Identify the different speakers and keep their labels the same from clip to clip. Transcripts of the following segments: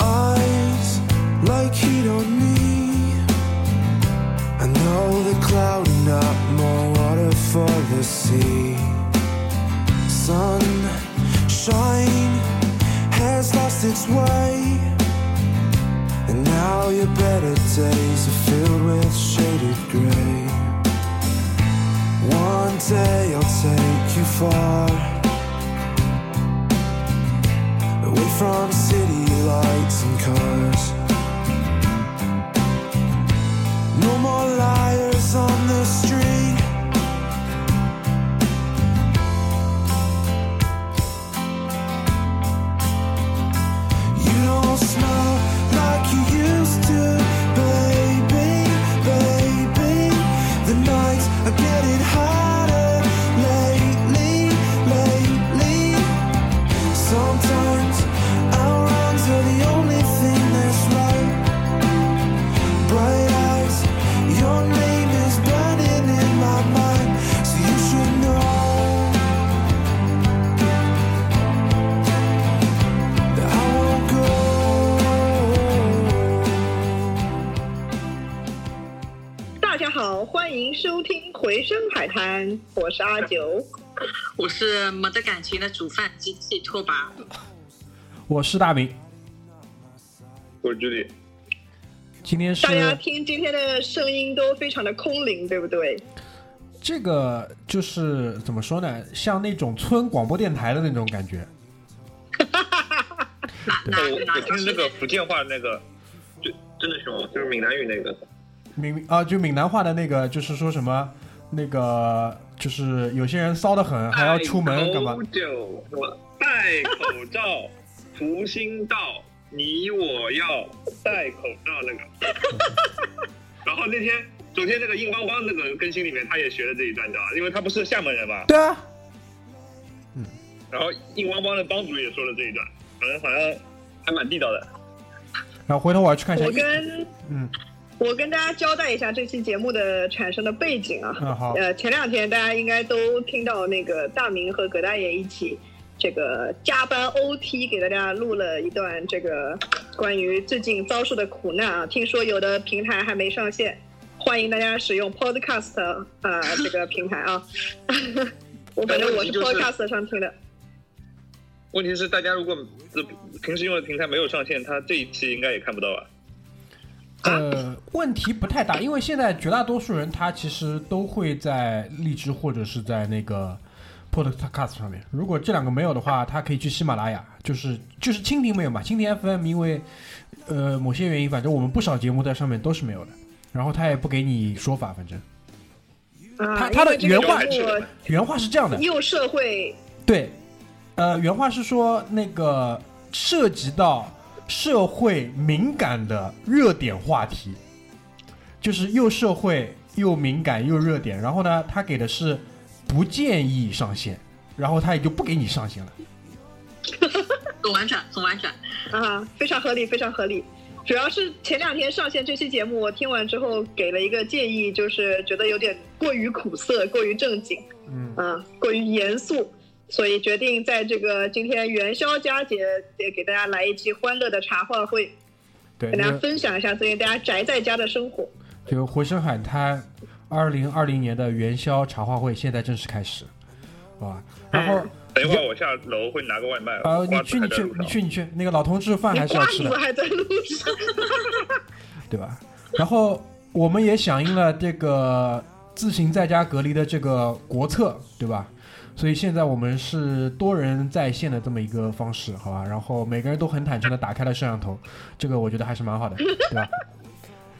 Speaker 1: eyes like heat on me. I know the cloud and up more water for the sea. Sun shine has lost its way. And now your better days are filled with shaded gray. One day I'll take you far away from city lights and cars. No more liars on the street. You don't smile like you used to, baby, baby. The nights are getting hotter lately, lately. Sometimes our arms are the only thing that's right. Bright eyes, your name is burning in my mind, so you should know that I won't go.
Speaker 2: 大家好，欢迎收听《回声海滩》，我是阿九。
Speaker 3: 我是没得感情的煮饭机器拖把，
Speaker 4: 我是大明，
Speaker 5: 我是 Judy，
Speaker 4: 今天是
Speaker 2: 大家听今天的声音都非常的空灵，对不对？
Speaker 4: 这个就是怎么说呢，像那种村广播电台的那种感觉。
Speaker 3: 哪哪
Speaker 5: 哦我
Speaker 3: 哪
Speaker 5: 我听那个福建话那个，就真的是吗？就是闽南语那个，
Speaker 4: 闽啊，就闽南话的那个，就是说什么那个，就是有些人骚得很，还要出门干嘛
Speaker 5: 口？酒什么？戴口罩，福星到，你我要戴口罩那个。 然后那天，昨天那个硬邦邦那个更新里面，他也学了这一段，你知道吧？因为他不是厦门人嘛，
Speaker 4: 对啊，
Speaker 5: 然后硬邦邦的帮主也说了这一段，好像好像还蛮地道的。
Speaker 4: 然后回头我要去看一下
Speaker 2: 我。跟
Speaker 4: 嗯
Speaker 2: 我跟大家交代一下这期节目的产生的背景啊。
Speaker 4: 嗯，好，
Speaker 2: 呃，前两天大家应该都听到那个大明和葛大爷一起这个加班 OT 给大家录了一段这个关于最近遭受的苦难啊，听说有的平台还没上线，欢迎大家使用 Podcast 啊、呃、这个平台啊。 我反正我
Speaker 5: 但问
Speaker 2: 是
Speaker 5: 题就是
Speaker 2: Podcast 上听的，
Speaker 5: 问题是，大家如果呃平时用的平台没有上线，他这一期应该也看不到吧？
Speaker 4: 呃，问题不太大，因为现在绝大多数人他其实都会在荔枝或者是在那个 Podcast 上面。如果这两个没有的话，他可以去喜马拉雅，就是就是蜻蜓没有嘛，蜻蜓 FM 因为呃某些原因，反正我们不少节目在上面都是没有的。然后他也不给你说法，反正
Speaker 2: 啊，
Speaker 4: 他他的
Speaker 2: 因为这个
Speaker 4: 原话
Speaker 2: 节目
Speaker 4: 原话是这样的，
Speaker 2: 又社会
Speaker 4: 对，呃，原话是说那个涉及到社会敏感的热点话题，就是又社会又敏感又热点。然后呢，他给的是不建议上线，然后他也就不给你上线了。
Speaker 3: 很婉转，很婉转。
Speaker 2: 啊，非常合理，非常合理。主要是前两天上线这期节目，我听完之后给了一个建议，就是觉得有点过于苦涩，过于正经，
Speaker 4: 嗯，
Speaker 2: 啊，过于严肃，所以决定在这个今天元宵佳节，也给大家来一期欢乐的茶话会，
Speaker 4: 对，
Speaker 2: 给大
Speaker 4: 那
Speaker 2: 家
Speaker 4: 个
Speaker 2: 分享一下最近大家宅在家的生活。
Speaker 4: 这个回声喊滩二零二零年的元宵茶话会现在正式开始，好吧？然后
Speaker 2: 嗯
Speaker 5: 等一会儿我下楼会拿个外卖，
Speaker 4: 呃，你
Speaker 5: 瓜子
Speaker 4: 去你
Speaker 5: 还在
Speaker 4: 去
Speaker 5: 路上
Speaker 4: 你。去你去，那个老同志饭
Speaker 2: 你
Speaker 4: 还是要
Speaker 2: 瓜
Speaker 4: 吃
Speaker 2: 子
Speaker 4: 的。
Speaker 2: 还在路上，
Speaker 4: 对吧？然后我们也响应了这个自行在家隔离的这个国策，对吧？所以现在我们是多人在线的这么一个方式，好吧？然后每个人都很坦诚的打开了摄像头，这个我觉得还是蛮好 的，对吧？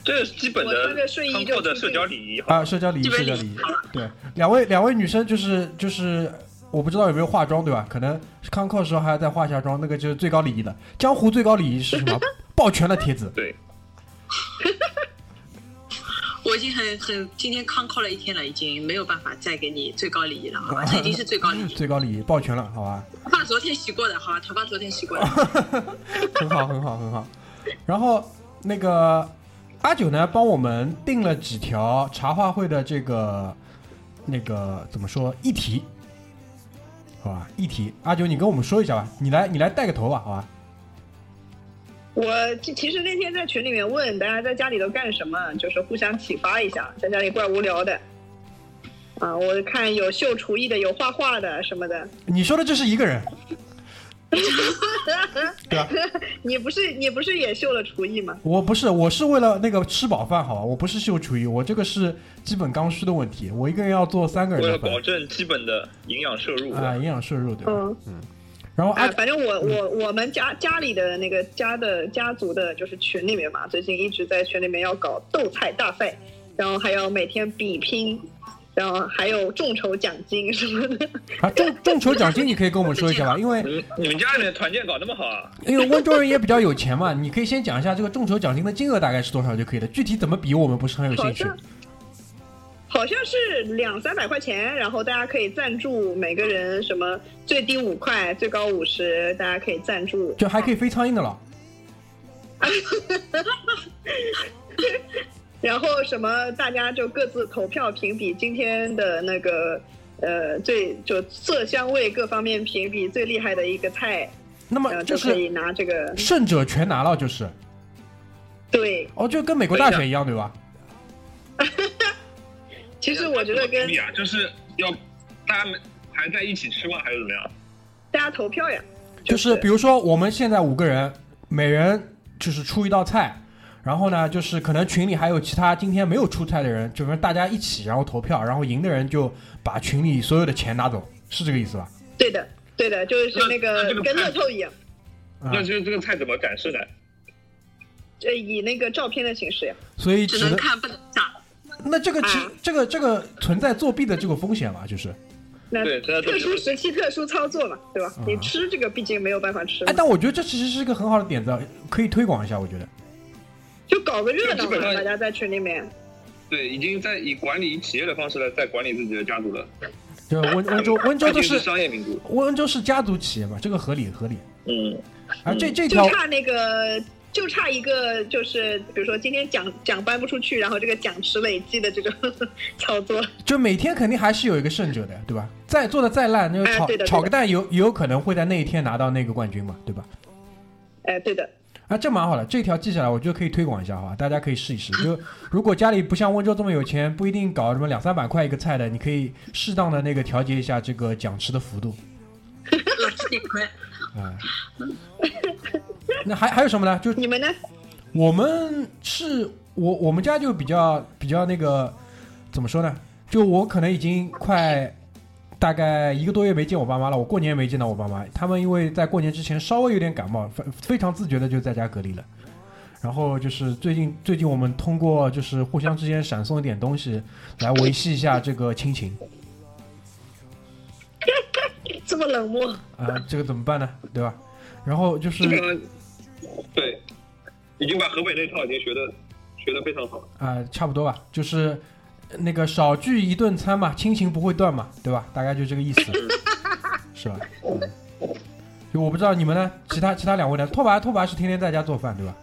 Speaker 5: 这是基本
Speaker 2: 我
Speaker 5: 的
Speaker 2: 穿着睡衣
Speaker 5: 康
Speaker 2: 就
Speaker 5: 阔的
Speaker 2: 出去
Speaker 5: 社交礼仪哈。
Speaker 4: 啊，社交礼仪，
Speaker 3: 基本
Speaker 4: 社
Speaker 3: 礼
Speaker 4: 交
Speaker 3: 仪
Speaker 4: 礼仪，对，两位两位女生就是就是。我不知道有没有化妆，对吧？可能康扣的时候还要再化一下妆，那个就是最高礼仪了。江湖最高礼仪是 什么？抱拳的帖子。
Speaker 5: 对，
Speaker 3: 我已经很很今天康扣了一天了，已经没有办法再给你最高礼仪了，好吧？这已经是最高礼仪。
Speaker 4: 最高礼仪，抱拳了，好吧？
Speaker 3: 头发昨天洗过的，好吧？头发昨天洗过的。
Speaker 4: 很好，很好，很好。然后那个阿九呢，帮我们定了几条茶话会的这个那个怎么说议题，好吧？议题，阿九你跟我们说一下吧，你来你来带个头吧，好吧？
Speaker 2: 我其其实那天在群里面问大家在家里都干什么，就是互相启发一下，在家里怪无聊的。啊，我看有秀厨艺的，有画画的什么的。
Speaker 4: 你说的这是一个人，对吧？
Speaker 2: 你不是你不是也秀了厨艺吗？
Speaker 4: 我不是，我是为了那个吃饱饭，好吧？我不是秀厨艺，我这个是基本刚需的问题。我一个人要做三个
Speaker 6: 为
Speaker 4: 人
Speaker 6: 了
Speaker 4: 的
Speaker 6: 保
Speaker 4: 饭
Speaker 6: 证基本的营养摄入，
Speaker 4: 啊，营养摄入对吧？
Speaker 2: 嗯，
Speaker 4: 然后阿
Speaker 2: 啊，反正我我我们家家里的那个家的家族的，就是群里面嘛，最近一直在群里面要搞斗菜大赛，然后还要每天比拼，然后还有众筹奖金什么的。
Speaker 4: 啊众众筹奖金你可以跟我们说一下吧，因为
Speaker 6: 你你们家里面团建搞那么好啊？
Speaker 4: 因为温州人也比较有钱嘛，你可以先讲一下这个众筹奖金的金额大概是多少就可以了，具体怎么比我们不是很有兴趣
Speaker 2: 好。像好像是两三百块钱，然后大家可以赞助每个人什么最低五块，最高五十，大家可以赞助。
Speaker 4: 就还可以飞苍蝇的了，
Speaker 2: 然后什么大家就各自投票评比今天的那个呃最就色香味各方面评比最厉害的一个菜，
Speaker 4: 那
Speaker 2: 然
Speaker 4: 么
Speaker 2: 后
Speaker 4: 就
Speaker 2: 就可以
Speaker 4: 是
Speaker 2: 拿这个
Speaker 4: 胜者全拿了，就是
Speaker 2: 对。
Speaker 4: 哦，就跟美国大选一样对吧？
Speaker 2: 其实我觉得跟
Speaker 5: 你啊，就是要大家还在一起吃吗？还是怎么
Speaker 4: 啊
Speaker 5: 样？
Speaker 2: 大家投票呀，
Speaker 4: 就是比如说我们现在五个人，每人就是出一道菜，然后呢，就是可能群里还有其他今天没有出菜的人，就是大家一起然后投票，然后赢的人就把群里所有的钱拿走，是这个意思吧？
Speaker 2: 对的对的，就是
Speaker 5: 那
Speaker 2: 那
Speaker 5: 那
Speaker 2: 个
Speaker 5: 这个
Speaker 2: 跟
Speaker 5: 菜
Speaker 2: 乐透一样，
Speaker 4: 啊
Speaker 5: 那，就是这个菜怎么展示呢？
Speaker 2: 呃以那个照片的形式呀。
Speaker 4: 所以
Speaker 3: 只
Speaker 4: 只
Speaker 3: 能
Speaker 4: 能
Speaker 3: 看不能打。
Speaker 4: 那这个其这个这个存在作弊的这个风险嘛，就是。
Speaker 2: 那
Speaker 6: 对这
Speaker 2: 特殊时期特殊操作嘛，对吧？你吃这个毕竟没有办法吃
Speaker 4: 哎，
Speaker 2: 嘛，
Speaker 4: 但我觉得这其实是一个很好的点子，啊可以推广一下。我觉得，
Speaker 2: 就搞个热闹
Speaker 5: 基本
Speaker 2: 嘛，
Speaker 5: 上
Speaker 2: 大家在群里面。
Speaker 5: 对，已经在以管理企业的方式来在管理自己的家族了，
Speaker 4: 就温温州温州
Speaker 5: 这
Speaker 4: 都
Speaker 5: 就是
Speaker 4: 是
Speaker 5: 商业民族。
Speaker 4: 温州是家族企业嘛，这个合理合理。
Speaker 6: 嗯，
Speaker 4: 啊，这这条
Speaker 2: 就差那个，就差一个，就是比如说今天奖奖颁不出去，然后这个奖池累积的这个 操作，
Speaker 4: 就每天肯定还是有一个胜者的，对吧？再做的再烂，那个
Speaker 2: 哎
Speaker 4: 炒
Speaker 2: 对的对的
Speaker 4: 炒个蛋有也有可能会在那一天拿到那个冠军嘛，对吧？
Speaker 2: 哎，对的，
Speaker 4: 啊，这蛮好的，这条记下来，我觉得可以推广一下，好吧？大家可以试一试。就如果家里不像温州这么有钱，不一定搞什么两三百块一个菜的，你可以适当的那个调节一下这个奖池的幅度。
Speaker 3: 老师点亏，
Speaker 4: 啊、那还还有什么呢？就
Speaker 2: 你们呢？
Speaker 4: 我们是我我们家就比较比较那个怎么说呢？就我可能已经快大概一个多月没见我爸妈了，我过年也没见到我爸妈。他们因为在过年之前稍微有点感冒，非非常自觉的就在家隔离了。然后就是最近最近我们通过就是互相之间闪送一点东西来维系一下这个亲情
Speaker 2: 这么冷漠，
Speaker 4: 啊、这个怎么办呢？对吧？然后就是
Speaker 5: 这个对，已经把河北那套已经学的学的非常好。
Speaker 4: 啊、差不多吧，就是呃那个少聚一顿餐嘛，亲情不会断嘛，对吧？大概就这个意思， 是吧？嗯，就我不知道你们呢，其他其他两位呢？拓跋拓跋是天天在家做饭，对吧？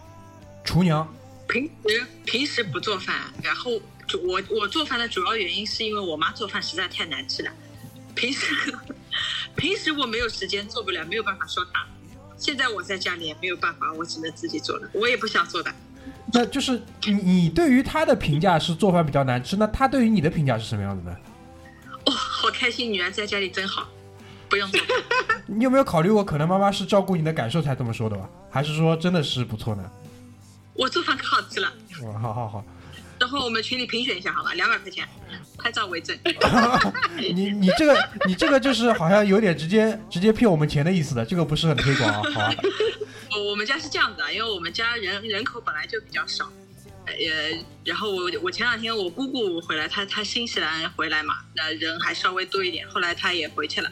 Speaker 4: 厨娘
Speaker 3: 平时平时不做饭，然后主我我做饭的主要原因是因为我妈做饭实在太难吃了，平时 平时我没有时间做不了，没有办法烧打。现在我在家里也没有办法，我只能自己做了，我也不想做的。
Speaker 4: 那就是你你对于她的评价是做饭比较难吃，那她对于你的评价是什么样子的？
Speaker 3: 哦，好开心，女儿在家里真好，不用做饭。
Speaker 4: 你有没有考虑过，可能妈妈是照顾你的感受才这么说的吧？还是说真的是不错呢？
Speaker 3: 我做饭可好吃了。
Speaker 4: 哇，好好好，
Speaker 3: 然后我们群里评选一下好吧，两百块钱，拍照为证。
Speaker 4: 你你这个你这个就是好像有点直接直接骗我们钱的意思的，这个不是很推广啊，好吧？
Speaker 3: 我我们家是这样子啊，因为我们家人人口本来就比较少，呃，然后我我前两天我姑姑回来，她她新西兰回来嘛，那人还稍微多一点，后来她也回去了，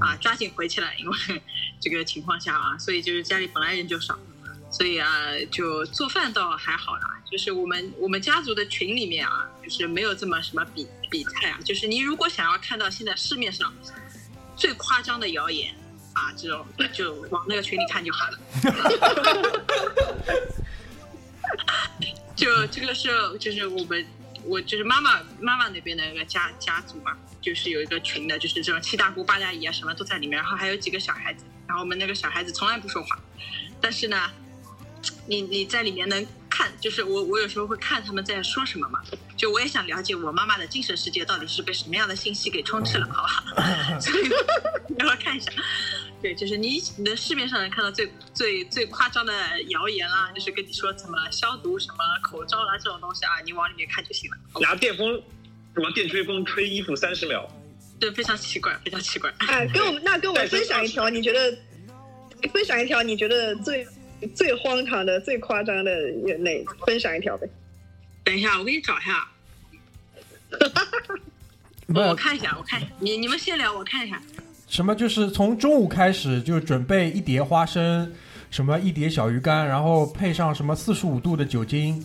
Speaker 3: 啊，抓紧回去了，因为这个情况下啊，所以就是家里本来人就少，所以啊，就做饭倒还好啦，就是我们我们家族的群里面啊，就是没有这么什么比比菜啊，就是你如果想要看到现在市面上最夸张的谣言啊，这种就往那个群里看就好了。就这个是就是我们我就是妈妈妈妈那边的一个家家族嘛，就是有一个群的，就是这种七大姑八大姨啊什么都在里面，然后还有几个小孩子，然后我们那个小孩子从来不说话，但是呢，你你在里面能看，就是我我有时候会看他们在说什么嘛，就我也想了解我妈妈的精神世界到底是被什么样的信息给充斥了，好吧？ 所以我要看一下。对，就是你能市面上能看到最最最夸张的谣言啦、就是跟你说怎么消毒、什么口罩啦、这种东西啊，你往里面看就行了。
Speaker 6: 拿电风什么电吹风吹衣服三十秒，
Speaker 3: 对，非常奇怪，非常奇怪。
Speaker 2: 哎，跟我们那跟我分享一条，你觉得分享一条你觉得最最荒唐的、最夸张的人类，分享一条呗。
Speaker 3: 等一下，我给你找一 下，啊
Speaker 4: 没
Speaker 3: 我
Speaker 4: 有
Speaker 3: 看一下，我看一下，你你们先聊，我看一下。
Speaker 4: 什么，就是从中午开始就准备一碟花生，什么一碟小鱼干，然后配上什么四十五度的酒精，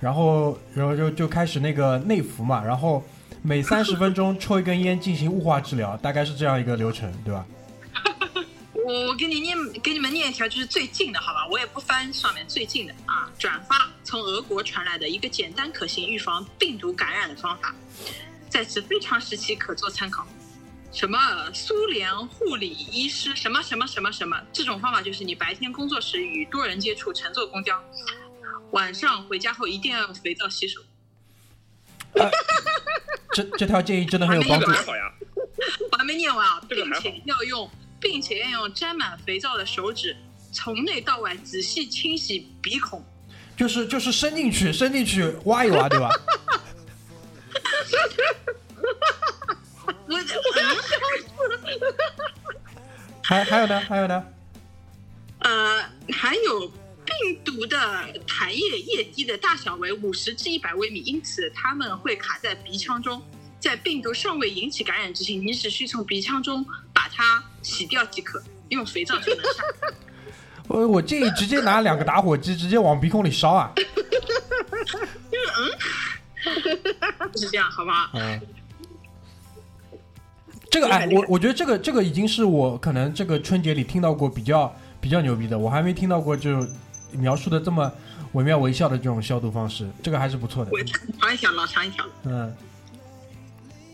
Speaker 4: 然后然后就就开始那个内服嘛，然后每三十分钟抽一根烟进行雾化治疗，大概是这样一个流程，对吧？
Speaker 3: 我我给你念，给你们念一条，就是最近的，好吧？我也不翻上面最近的啊。转发从俄国传来的一个简单可行预防病毒感染的方法，在此非常时期可做参考。什么苏联护理医师什么什么什么什么这种方法，就是你白天工作时与多人接触，乘坐公交，晚上回家后一定要用肥皂洗手。
Speaker 4: 这这条建议真的很有帮
Speaker 6: 这
Speaker 4: 助哦
Speaker 6: 个。还好呀。
Speaker 3: 我还没念完啊，
Speaker 6: 这个
Speaker 3: 并
Speaker 6: 还好
Speaker 3: 且要用，并且要用沾满肥皂的手指从内到外仔细清洗鼻孔。
Speaker 4: 就是就是伸进去，伸进去挖一挖，对吧？
Speaker 3: 我我
Speaker 4: 还还有呢，还有呢，
Speaker 3: 呃，含有病毒的痰液液滴的大小为五十至一百微米，因此它们会卡在鼻腔中。在病毒尚未引起感染之前，你只需从鼻腔中把它洗掉即可，用肥皂就能杀。
Speaker 4: 我我建议直接拿两个打火机直接往鼻孔里烧啊！
Speaker 3: 就是这样，好不好？
Speaker 4: 嗯，这个哎，我我觉得这个这个已经是我可能这个春节里听到过比较比较牛逼的，我还没听到过就描述的这么惟妙惟肖的这种消毒方式，这个还是不错的。
Speaker 3: 我长一条，老长一条。
Speaker 4: 嗯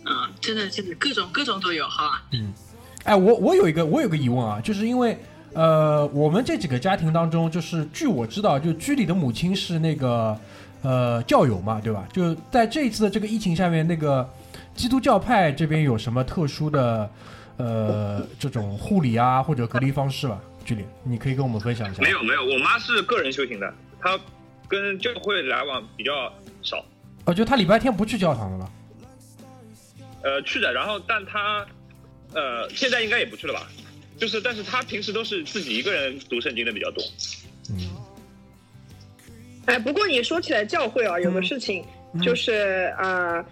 Speaker 3: 嗯，真的真的，各种各种都有，好吧？
Speaker 4: 嗯，哎，我我有一个我有个疑问啊，就是因为呃，我们这几个家庭当中，就是据我知道，就居里的母亲是那个呃教友嘛，对吧？就在这一次的这个疫情下面，那个基督教派这边有什么特殊的呃这种护理啊或者隔离方式吧？居里，你可以跟我们分享一下。
Speaker 6: 没，有没有，我妈是个人修行的，她跟教会来往比较少，
Speaker 4: 哦，就他礼拜天不去教堂了吧？
Speaker 6: 呃，去的。然后，但她呃现在应该也不去了吧？就是，但是她平时都是自己一个人读圣经的比较多。
Speaker 4: 嗯，
Speaker 2: 哎，不过你说起来教会啊，有
Speaker 4: 嗯
Speaker 2: 个事情、就是呃，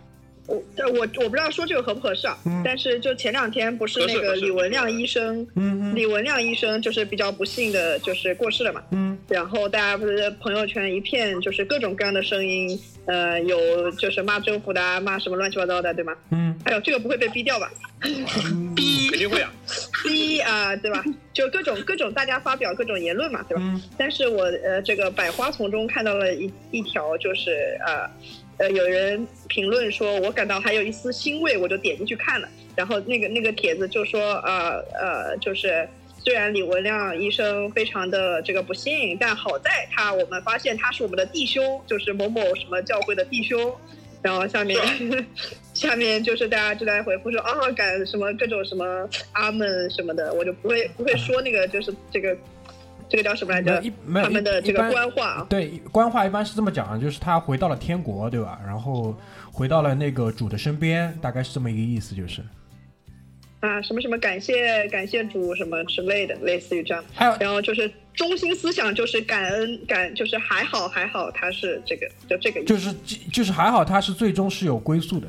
Speaker 2: 我呃我我不知道说这个合不合适啊，
Speaker 4: 嗯
Speaker 2: 但是就前两天不是那
Speaker 6: 合适
Speaker 2: 个
Speaker 6: 合适
Speaker 2: 李文亮医生，
Speaker 1: Mm-hmm.
Speaker 4: 嗯嗯
Speaker 2: 李文亮医生就是比较不幸的，就是过世了嘛。
Speaker 4: 嗯
Speaker 2: 然后大家不是朋友圈一片就是各种各样的声音，呃，有就是骂政府的啊、骂什么乱七八糟的，对吗？
Speaker 4: 嗯，
Speaker 2: 哎呦，这个不会被逼掉吧？
Speaker 3: 逼
Speaker 6: 肯定会啊，
Speaker 2: 逼啊、对 吧？就各种各种大家发表各种言论嘛，对吧？
Speaker 4: 嗯
Speaker 2: 但是我呃这个百花丛中看到了一一条，就是呃呃有人评论说，我感到还有一丝欣慰，我就点进去看了。然后那个那个帖子就说，呃呃，就是虽然李文亮医生非常的这个不幸，但好在他我们发现他是我们的弟兄，就是某某什么教会的弟兄。然后下面 下面就是大家就在回复说啊，感什么各种什么阿门什么的，我就不会不会说那个就是这个这个叫什么来着？
Speaker 4: 一没有
Speaker 2: 他们的这
Speaker 4: 一
Speaker 2: 个
Speaker 4: 般
Speaker 2: 官话啊，
Speaker 4: 对，官话一般是这么讲的，就是他回到了天国，对吧？然后回到了那个主的身边，大概是这么一个意思，就是。
Speaker 2: 啊什么什么感谢感谢主什么之类的，类似于这样。
Speaker 4: 还有
Speaker 2: 然后就是中心思想就是感恩感，就是还好还好，他是这个就这个意思。
Speaker 4: 就是就是还好，他是最终是有归宿的。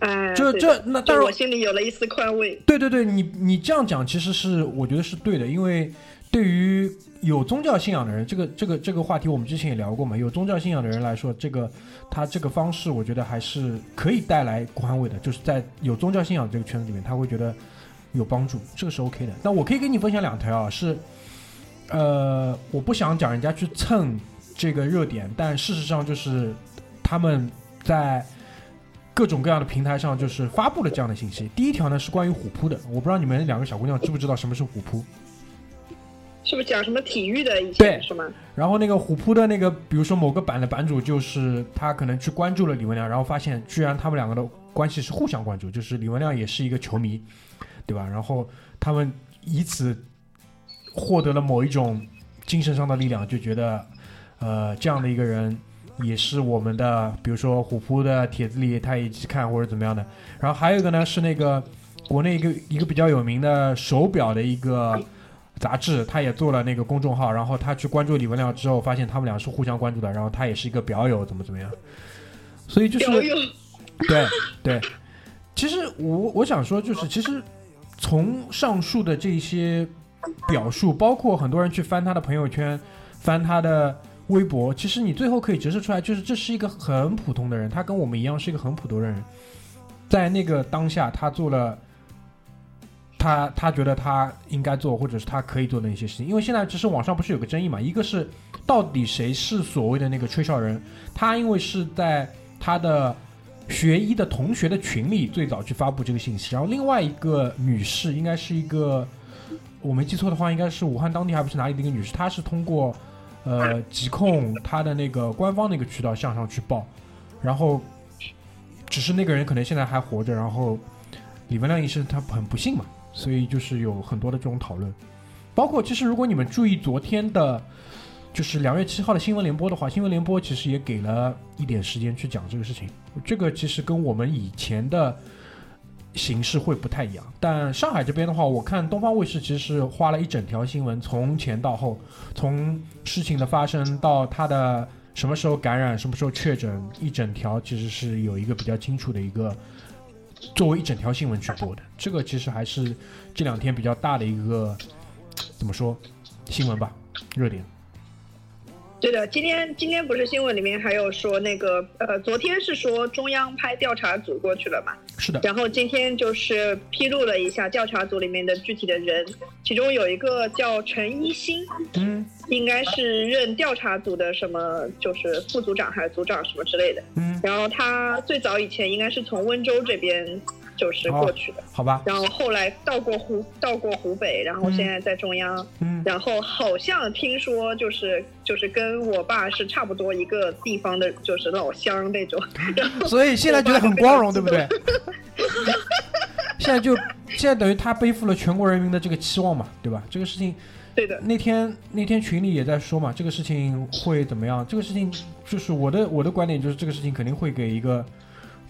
Speaker 2: 哎，
Speaker 4: 这
Speaker 2: 对
Speaker 4: 这
Speaker 2: 的
Speaker 4: 那
Speaker 2: 就
Speaker 4: 当然
Speaker 2: 我，心里有了一丝宽慰。
Speaker 4: 对对对，你你这样讲其实是我觉得是对的，因为对于有宗教信仰的人，这个这个这个话题我们之前也聊过嘛。有宗教信仰的人来说，这个他这个方式，我觉得还是可以带来宽慰的，就是在有宗教信仰这个圈子里面，他会觉得有帮助，这个是 OK 的。那我可以跟你分享两条啊，是呃，我不想讲人家去蹭这个热点，但事实上就是他们在各种各样的平台上就是发布了这样的信息。第一条呢是关于虎扑的，我不知道你们两个小姑娘知不知道什么是虎扑？
Speaker 2: 是不是讲什么体育的以
Speaker 4: 对
Speaker 2: 前是吗？
Speaker 4: 然后那个虎扑的那个，比如说某个版的版主，就是他可能去关注了李文亮，然后发现居然他们两个的关系是互相关注，就是李文亮也是一个球迷，对吧？然后他们以此获得了某一种精神上的力量，就觉得，呃，这样的一个人也是我们的，比如说虎扑的帖子里他也去看或者怎么样的。然后还有一个呢是那个国内一个一个比较有名的手表的一个杂志，他也做了那个公众号，然后他去关注李文亮之后，发现他们俩是互相关注的，然后他也是一个表友，怎么怎么样，所以就是
Speaker 2: 表友
Speaker 4: 对对，其实我我想说就是，其实从上述的这些表述，包括很多人去翻他的朋友圈，翻他的微博，其实你最后可以折射出来，就是这是一个很普通的人，他跟我们一样是一个很普通的人，在那个当下，他做了他他觉得他应该做或者是他可以做的一些事情，因为现在其实网上不是有个争议嘛，一个是到底谁是所谓的那个吹哨人，他因为是在他的学医的同学的群里最早去发布这个信息，然后另外一个女士应该是一个，我没记错的话，应该是武汉当地还不是哪里的一个女士，她是通过呃疾控她的那个官方那个渠道向上去报，然后只是那个人可能现在还活着，然后李文亮医生他很不幸嘛，所以就是有很多的这种讨论，包括其实如果你们注意昨天的。就是两月七号的新闻联播的话，新闻联播其实也给了一点时间去讲这个事情。这个其实跟我们以前的形式会不太一样。但上海这边的话，我看东方卫视其实是花了一整条新闻，从前到后，从事情的发生到它的什么时候感染、什么时候确诊，一整条其实是有一个比较清楚的一个作为一整条新闻去播的。这个其实还是这两天比较大的一个怎么说新闻吧，热点。
Speaker 2: 对的，今天今天不是新闻里面还有说那个呃，昨天是说中央派调查组过去了嘛，
Speaker 4: 是的，
Speaker 2: 然后今天就是披露了一下调查组里面的具体的人，其中有一个叫陈一新，
Speaker 4: 嗯
Speaker 2: 应该是任调查组的什么就是副组长还是组长什么之类的。
Speaker 4: 嗯，
Speaker 2: 然后他最早以前应该是从温州这边就是过去的，
Speaker 4: 好吧，
Speaker 2: 然后后来到过湖到过湖北，然后现在在中央。
Speaker 4: 嗯
Speaker 2: 然后好像听说就是就是跟我爸是差不多一个地方的，就是老乡那种。
Speaker 4: 所以现在觉得很光荣，对不对？现在就现在等于他背负了全国人民的这个期望嘛，对吧？这个事情
Speaker 2: 对的，
Speaker 4: 那天那天群里也在说嘛，这个事情会怎么样？这个事情就是我的我的观点就是这个事情肯定会给一个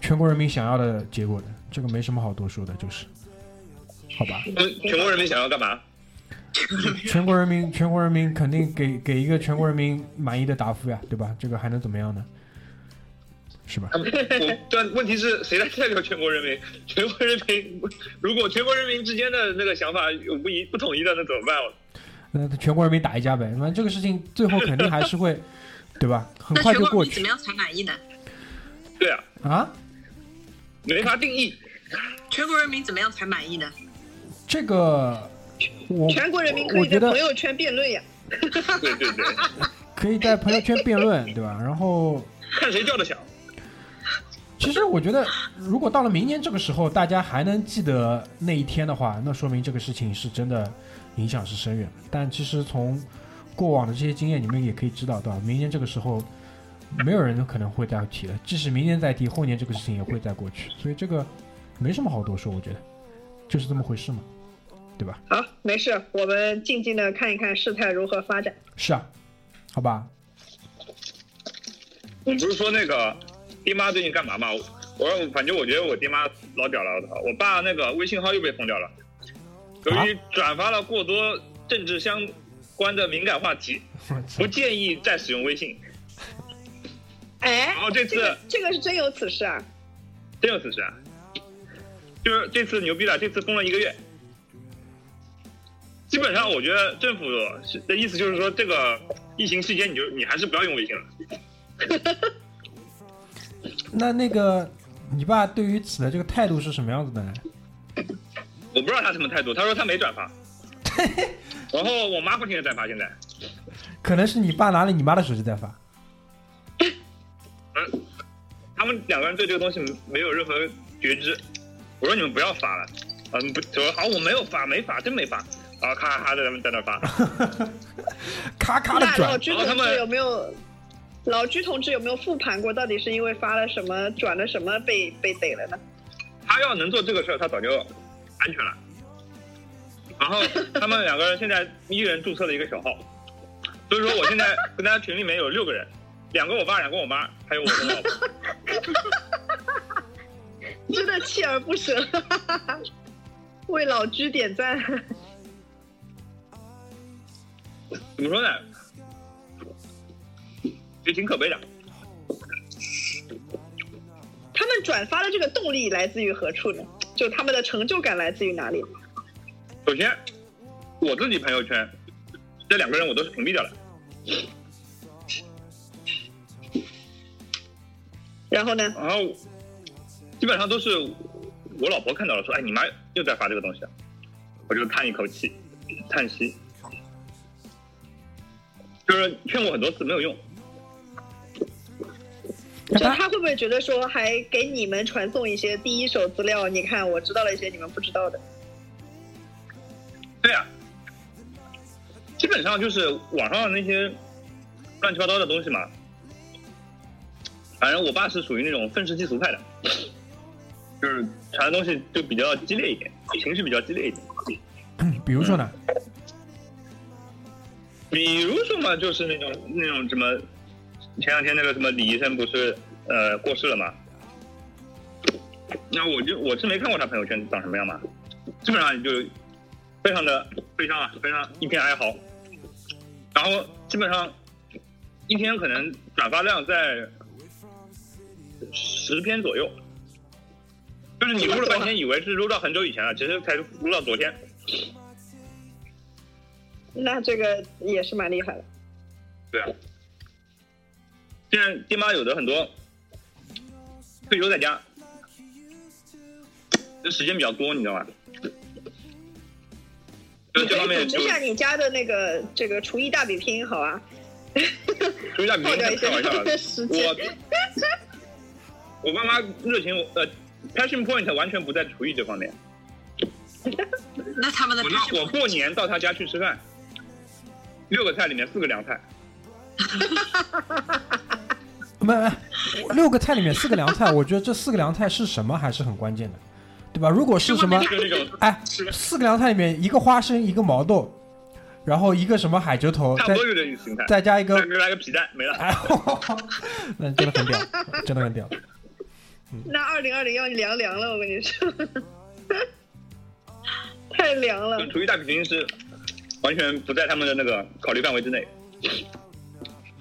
Speaker 4: 全国人民想要的结果的，这个没什么好多说的，就是，好吧？
Speaker 6: 全国人民想要干嘛？
Speaker 4: 全国人民全国人民肯定给给一个全国人民满意的答复呀，对吧？这个还能怎么样呢？是吧？
Speaker 6: 他们我但问题是谁来代表全国人民？全国人民如果全国人民之间的那个想法有不一不统一的，那怎么办？
Speaker 4: 那全国人民打一架呗，反正这个事情最后肯定还 是会，对吧？很
Speaker 3: 那
Speaker 4: 快
Speaker 3: 全
Speaker 4: 就
Speaker 3: 国
Speaker 4: 过
Speaker 3: 人民怎么
Speaker 4: 去
Speaker 3: 样才满意呢？
Speaker 6: 对啊，
Speaker 4: 啊。
Speaker 6: 没法定义。
Speaker 3: 全国人民怎么样才满意呢？
Speaker 4: 这个我
Speaker 2: 全国人民可
Speaker 4: 我
Speaker 2: 以在
Speaker 4: 觉得
Speaker 2: 朋友圈辩论呀。
Speaker 6: 对对对，
Speaker 4: 可以在朋友圈辩论，对吧？然后
Speaker 6: 看谁叫的响。
Speaker 4: 其实我觉得，如果到了明年这个时候，大家还能记得那一天的话，那说明这个事情是真的影响是深远的。但其实从过往的这些经验，你们也可以知道到，明年这个时候，没有人可能会再提了。即使明年再提，后年这个事情也会再过去，所以这个没什么好多说，我觉得就是这么回事嘛，对吧？
Speaker 2: 好，没事，我们静静的看一看事态如何发展。
Speaker 4: 是啊，好吧，
Speaker 6: 你不是说那个爹妈最近干嘛吗？我我反正我觉得我爹妈老屌了，我操！我爸那个微信号又被封掉了，由于转发了过多政治相关的敏感话题，不建议再使用微信。
Speaker 2: 哎
Speaker 6: 然，后这次
Speaker 2: 这个这个是真有此事啊！
Speaker 6: 真有此事啊！就是这次牛逼了，这次封了一个月。基本上，我觉得政府是的意思就是说，这个疫情期间，你就你还是不要用微信了。
Speaker 4: 那那个你爸对于此的这个态度是什么样子的呢？
Speaker 6: 我不知道他什么态度，他说他没转发。然后我妈不停的转发，现在，
Speaker 4: 可能是你爸拿了你妈的手机在发，
Speaker 6: 嗯，他们两个人对这个东西没有任呃何觉知。我说你们不要发了，嗯，不，我说好，我没有发，没发，真没发。然后咔咔咔在他们在那发，
Speaker 4: 咔咔的
Speaker 2: 那老
Speaker 4: 转，
Speaker 2: 居
Speaker 6: 然后他
Speaker 2: 同
Speaker 6: 们
Speaker 2: 志有没有？老居同志有没有复盘过？到底是因为发了什么、转了什么被被逮了呢？
Speaker 6: 他要能做这个事儿，他早就安全了。然后他们两个人现在一人注册了一个小号，所以说我现在跟大家群里面有六个人，两个我爸，两个我妈，还有我跟我老婆。
Speaker 2: 真的锲而不舍， 为老居点赞。
Speaker 6: 怎么说呢？也挺可悲的。
Speaker 2: 他们转发的这个动力来自于何处呢？就他们的成就感来自于哪里？
Speaker 6: 首先，我自己朋友圈这两个人我都是屏蔽掉了，
Speaker 2: 然后呢？
Speaker 6: 然后基本上都是我老婆看到了说：“哎，你妈又在发这个东西了。”啊我就叹一口气，叹息，就是劝我很多次没有用。
Speaker 2: 就他会不会觉得说，还给你们传送一些第一手资料？你看，我知道了一些你们不知道的。
Speaker 6: 对啊，基本上就是网上的那些乱七八糟的东西嘛。反正我爸是属于那种愤世嫉俗派的，就是传的东西就比较激烈一点，情绪比较激烈一点。
Speaker 4: 嗯比如说呢，
Speaker 6: 比如说嘛，就是那种那种什么，前两天那个什么李医生不是呃过世了嘛？那我就我是没看过他朋友圈长什么样嘛，基本上就非常的悲伤啊，非常一片哀嚎，然后基本上一天可能转发量在十篇左右，就是你撸了半天，以为是撸到很久以前了，其实才撸到昨天。
Speaker 2: 那这个也是蛮厉害的。
Speaker 6: 对啊，现在爹妈有的很多退休在家，这时间比较多，你知道吗？就
Speaker 2: 你可
Speaker 6: 这方
Speaker 2: 以
Speaker 6: 面
Speaker 2: 组织哎
Speaker 6: 就
Speaker 2: 一下你家的那个这个厨艺大比拼，好啊，
Speaker 6: 属于大比
Speaker 2: 耗掉一
Speaker 6: 开玩笑
Speaker 2: 些
Speaker 6: 的。
Speaker 2: 时间
Speaker 6: 我。我爸妈热情呃，passion point 完全不在厨艺这方面。
Speaker 3: 那他们的
Speaker 6: 我
Speaker 3: 培训
Speaker 6: 那我过年到他家去吃饭，六个菜里面四个凉菜，嗯
Speaker 4: 没没六个菜里面四个凉菜，我觉得这四个凉菜是什么还是很关键的，对吧？如果是什么，
Speaker 6: 就那种
Speaker 4: 哎，四个凉菜里面一个花生，一个毛豆，然后一个什么海蜇头，
Speaker 6: 差
Speaker 4: 再
Speaker 6: 不多就这种形态，
Speaker 4: 再加一个
Speaker 6: 再，来个皮蛋没了。
Speaker 4: 哎， 那真的很屌，真的很屌。
Speaker 2: 那二零二零要凉凉了，我跟你说， 太凉了
Speaker 6: 就。厨艺大比拼是完全不在他们的那个考虑范围之内。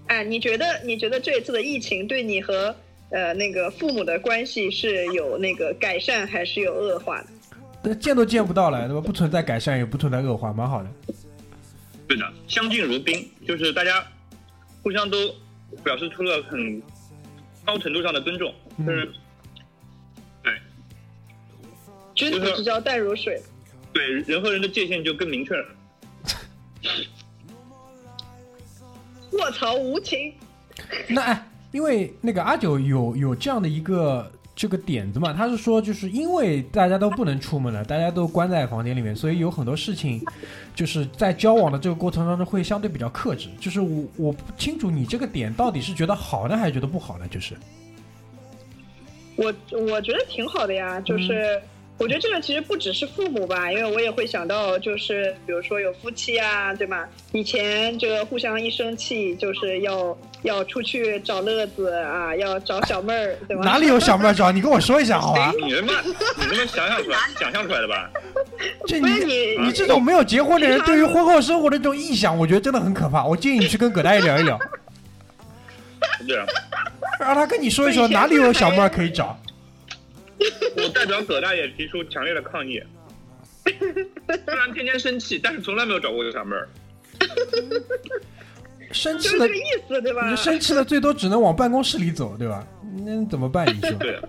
Speaker 2: 哎，你觉得你觉得这一次的疫情对你和呃那个父母的关系是有那个改善还是有恶化的？
Speaker 4: 那见都见不到了，对吧？不存在改善，也不存在恶化，蛮好的。
Speaker 6: 对的，相敬如宾，就是大家互相都表示出了很高程度上的尊重，
Speaker 4: 嗯
Speaker 6: 就是、
Speaker 2: 君子之交淡如水。
Speaker 6: 对人和人的界限就更明确了。
Speaker 2: 卧槽，无情！
Speaker 4: 那哎，因为那个阿九有有这样的一个这个点子嘛，他是说就是因为大家都不能出门了，大家都关在房间里面，所以有很多事情就是在交往的这个过程当中会相对比较克制。就是我我不清楚你这个点到底是觉得好呢，还是觉得不好呢？就是
Speaker 2: 我我觉得挺好的呀，就是、
Speaker 4: 嗯
Speaker 2: 我觉得这个其实不只是父母吧，因为我也会想到，就是比如说有夫妻啊，对吧？以前这个互相一生气，就是要要出去找乐子啊，要找小妹儿，对吧？
Speaker 4: 哪里有小妹儿找你跟我说一下好 吧？
Speaker 6: 你他妈，你他妈想象出来，想象出来的吧？
Speaker 4: 这
Speaker 2: 不是
Speaker 4: 你。
Speaker 2: 你
Speaker 4: 你这种没有结婚的人，对于婚后生活的这种臆想，我觉得真的很可怕。我建议你去跟葛大爷聊一聊，
Speaker 6: 对啊，
Speaker 4: 让他跟你说一说哪里有小妹儿可以找。
Speaker 6: 我代表葛大爷提出强烈的抗议。虽然天天生气，但是从来没有找过这小妹儿。
Speaker 4: 生
Speaker 2: 就
Speaker 4: 气
Speaker 2: 是
Speaker 4: 了
Speaker 2: 这个意思，对吧
Speaker 4: 你？生气了，最多只能往办公室里走，对吧？那怎么办？你说，
Speaker 6: 对的，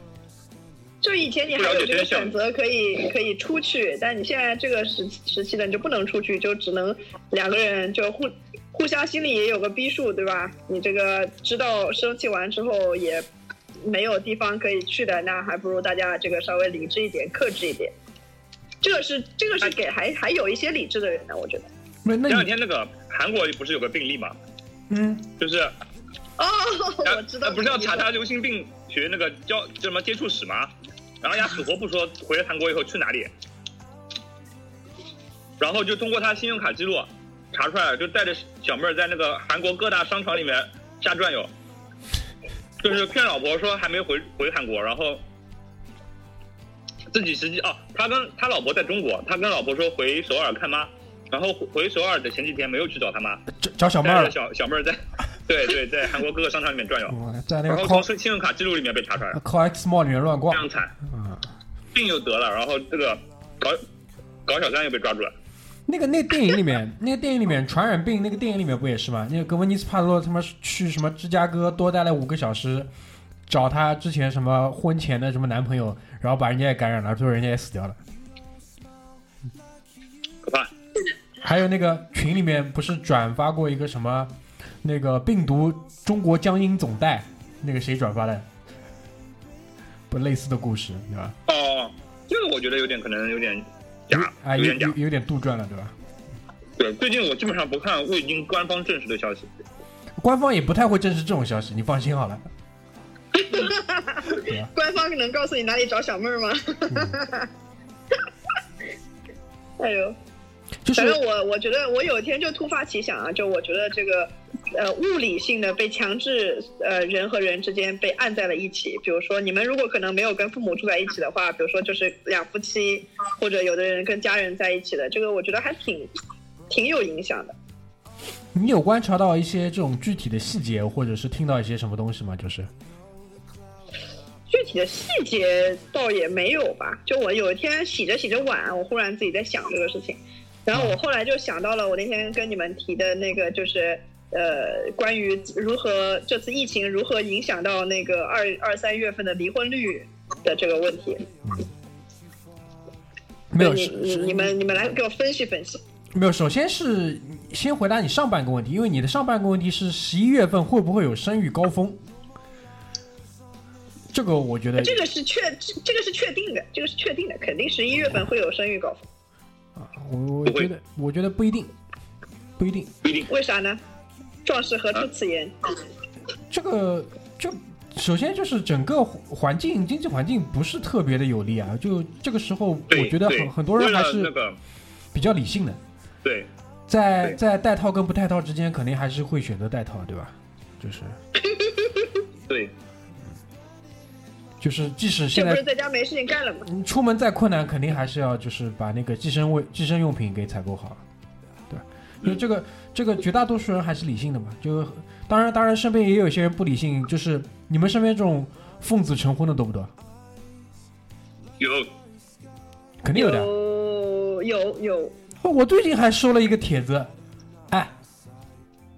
Speaker 2: 就以前你还有这个选择可以可以出去，但你现在这个时时期呢，你就不能出去，就只能两个人就互互相心里也有个逼数，对吧？你这个知道生气完之后也没有地方可以去的，那还不如大家这个稍微理智一点、克制一点。这个是这个是给还还有一些理智的人的，我觉得。
Speaker 4: 没，那
Speaker 6: 前两
Speaker 4: 你
Speaker 6: 天那个韩国不是有个病例嘛，
Speaker 4: 嗯，
Speaker 6: 就是
Speaker 2: 哦，
Speaker 6: 他
Speaker 2: 我知道，
Speaker 6: 他呃不是要查查流行病学那个叫叫什么接触史吗？然后人家死活不说回了韩国以后去哪里，然后就通过他信用卡记录查出来了，就带着小妹儿在那个韩国各大商场里面瞎转悠，就是骗老婆说还没回回韩国，然后自己实际哦，他跟他老婆在中国，他跟老婆说回首尔看妈，然后回回首尔的前几天没有去找他妈，哦
Speaker 4: 找找小妹
Speaker 6: 带
Speaker 4: 儿
Speaker 6: 着
Speaker 4: 了，
Speaker 6: 小小妹儿在 对对在韩国各个商场里面转悠。
Speaker 4: 哇嗯在那
Speaker 6: 然
Speaker 4: 个
Speaker 6: 后
Speaker 4: call
Speaker 6: 从信信用卡记录里面被查出来了，
Speaker 4: call X mall 里面乱
Speaker 6: 非
Speaker 4: 逛，
Speaker 6: 常惨，
Speaker 4: 嗯，
Speaker 6: 病又得了，然后这个搞搞小三又被抓住了，
Speaker 4: 那个那电影里面，那个电影里面传染病那个电影里面不也是吗？那个格温尼斯帕特洛他妈去什么芝加哥多待了五个小时，找她之前什么婚前的什么男朋友，然后把人家也感染了，最后人家也死掉了。
Speaker 6: 可怕。
Speaker 4: 还有那个群里面不是转发过一个什么那个病毒中国江阴总代，那个谁转发的？不类似的故事，对吧？
Speaker 6: 哦，这个我觉得有点可能有点假，
Speaker 4: 啊，有
Speaker 6: 有点假
Speaker 4: 有。有点杜撰了，对吧？
Speaker 6: 对，最近我基本上不看未经官方证实的消息。
Speaker 4: 官方也不太会证实这种消息，你放心好了。
Speaker 2: 官方能告诉你哪里找小妹儿吗？
Speaker 6: 嗯
Speaker 2: 哎呦，
Speaker 4: 就
Speaker 2: 反
Speaker 4: 是
Speaker 2: 正我我觉得我有一天就突发奇想啊，就我觉得这个呃物理性的被强制呃人和人之间被按在了一起，比如说你们如果可能没有跟父母住在一起的话，比如说就是两夫妻或者有的人跟家人在一起的，这个我觉得还挺挺有影响的。
Speaker 4: 你有观察到一些这种具体的细节，或者是听到一些什么东西吗？就是
Speaker 2: 具体的细节倒也没有吧。就我有一天洗着洗着碗，我忽然自己在想这个事情，然后我后来就想到了我那天跟你们提的那个，就是呃，关于如何这次疫情如何影响到那个二二三月份的离婚率的这个问题。
Speaker 4: 没有
Speaker 2: 对
Speaker 4: 是
Speaker 2: 你你
Speaker 4: 是
Speaker 2: 你们你们来给我分析分析。
Speaker 4: 没有。首先是先回答你上半个问题，因为你的上半个问题是十一月份会不会有生育高峰？这个我觉得
Speaker 2: 这个是确这这个是确定的，这个是确定的，肯定十一月份会有生育高峰。
Speaker 4: 我我觉得我觉得不一定，不一定。
Speaker 2: 为啥呢？壮士何出此言？
Speaker 4: 这个就首先就是整个环境经济环境不是特别的有利啊，就这个时候
Speaker 6: 对
Speaker 4: 我觉得
Speaker 6: 对
Speaker 4: 很很多人
Speaker 6: 为了
Speaker 4: 还
Speaker 6: 那
Speaker 4: 是
Speaker 6: 个
Speaker 4: 比较理性的，
Speaker 6: 对，
Speaker 4: 在
Speaker 6: 对
Speaker 4: 在带套跟不带套之间，肯定还是会选择带套，对吧？就是
Speaker 6: 对，
Speaker 4: 就是，即使
Speaker 2: 这
Speaker 4: 现
Speaker 2: 不
Speaker 4: 在
Speaker 2: 是在家没事情干了吗？
Speaker 4: 嗯出门再困难，肯定还是要就是把那个计生卫计生用品给采购好，对吧？就这个这个绝大多数人还是理性的嘛，就当然当然身边也有些人不理性，就是你们身边这种奉子成婚的多不多？
Speaker 6: 有
Speaker 4: 肯定有的啊。
Speaker 2: 有有有，
Speaker 4: 哦我最近还收了一个帖子，哎，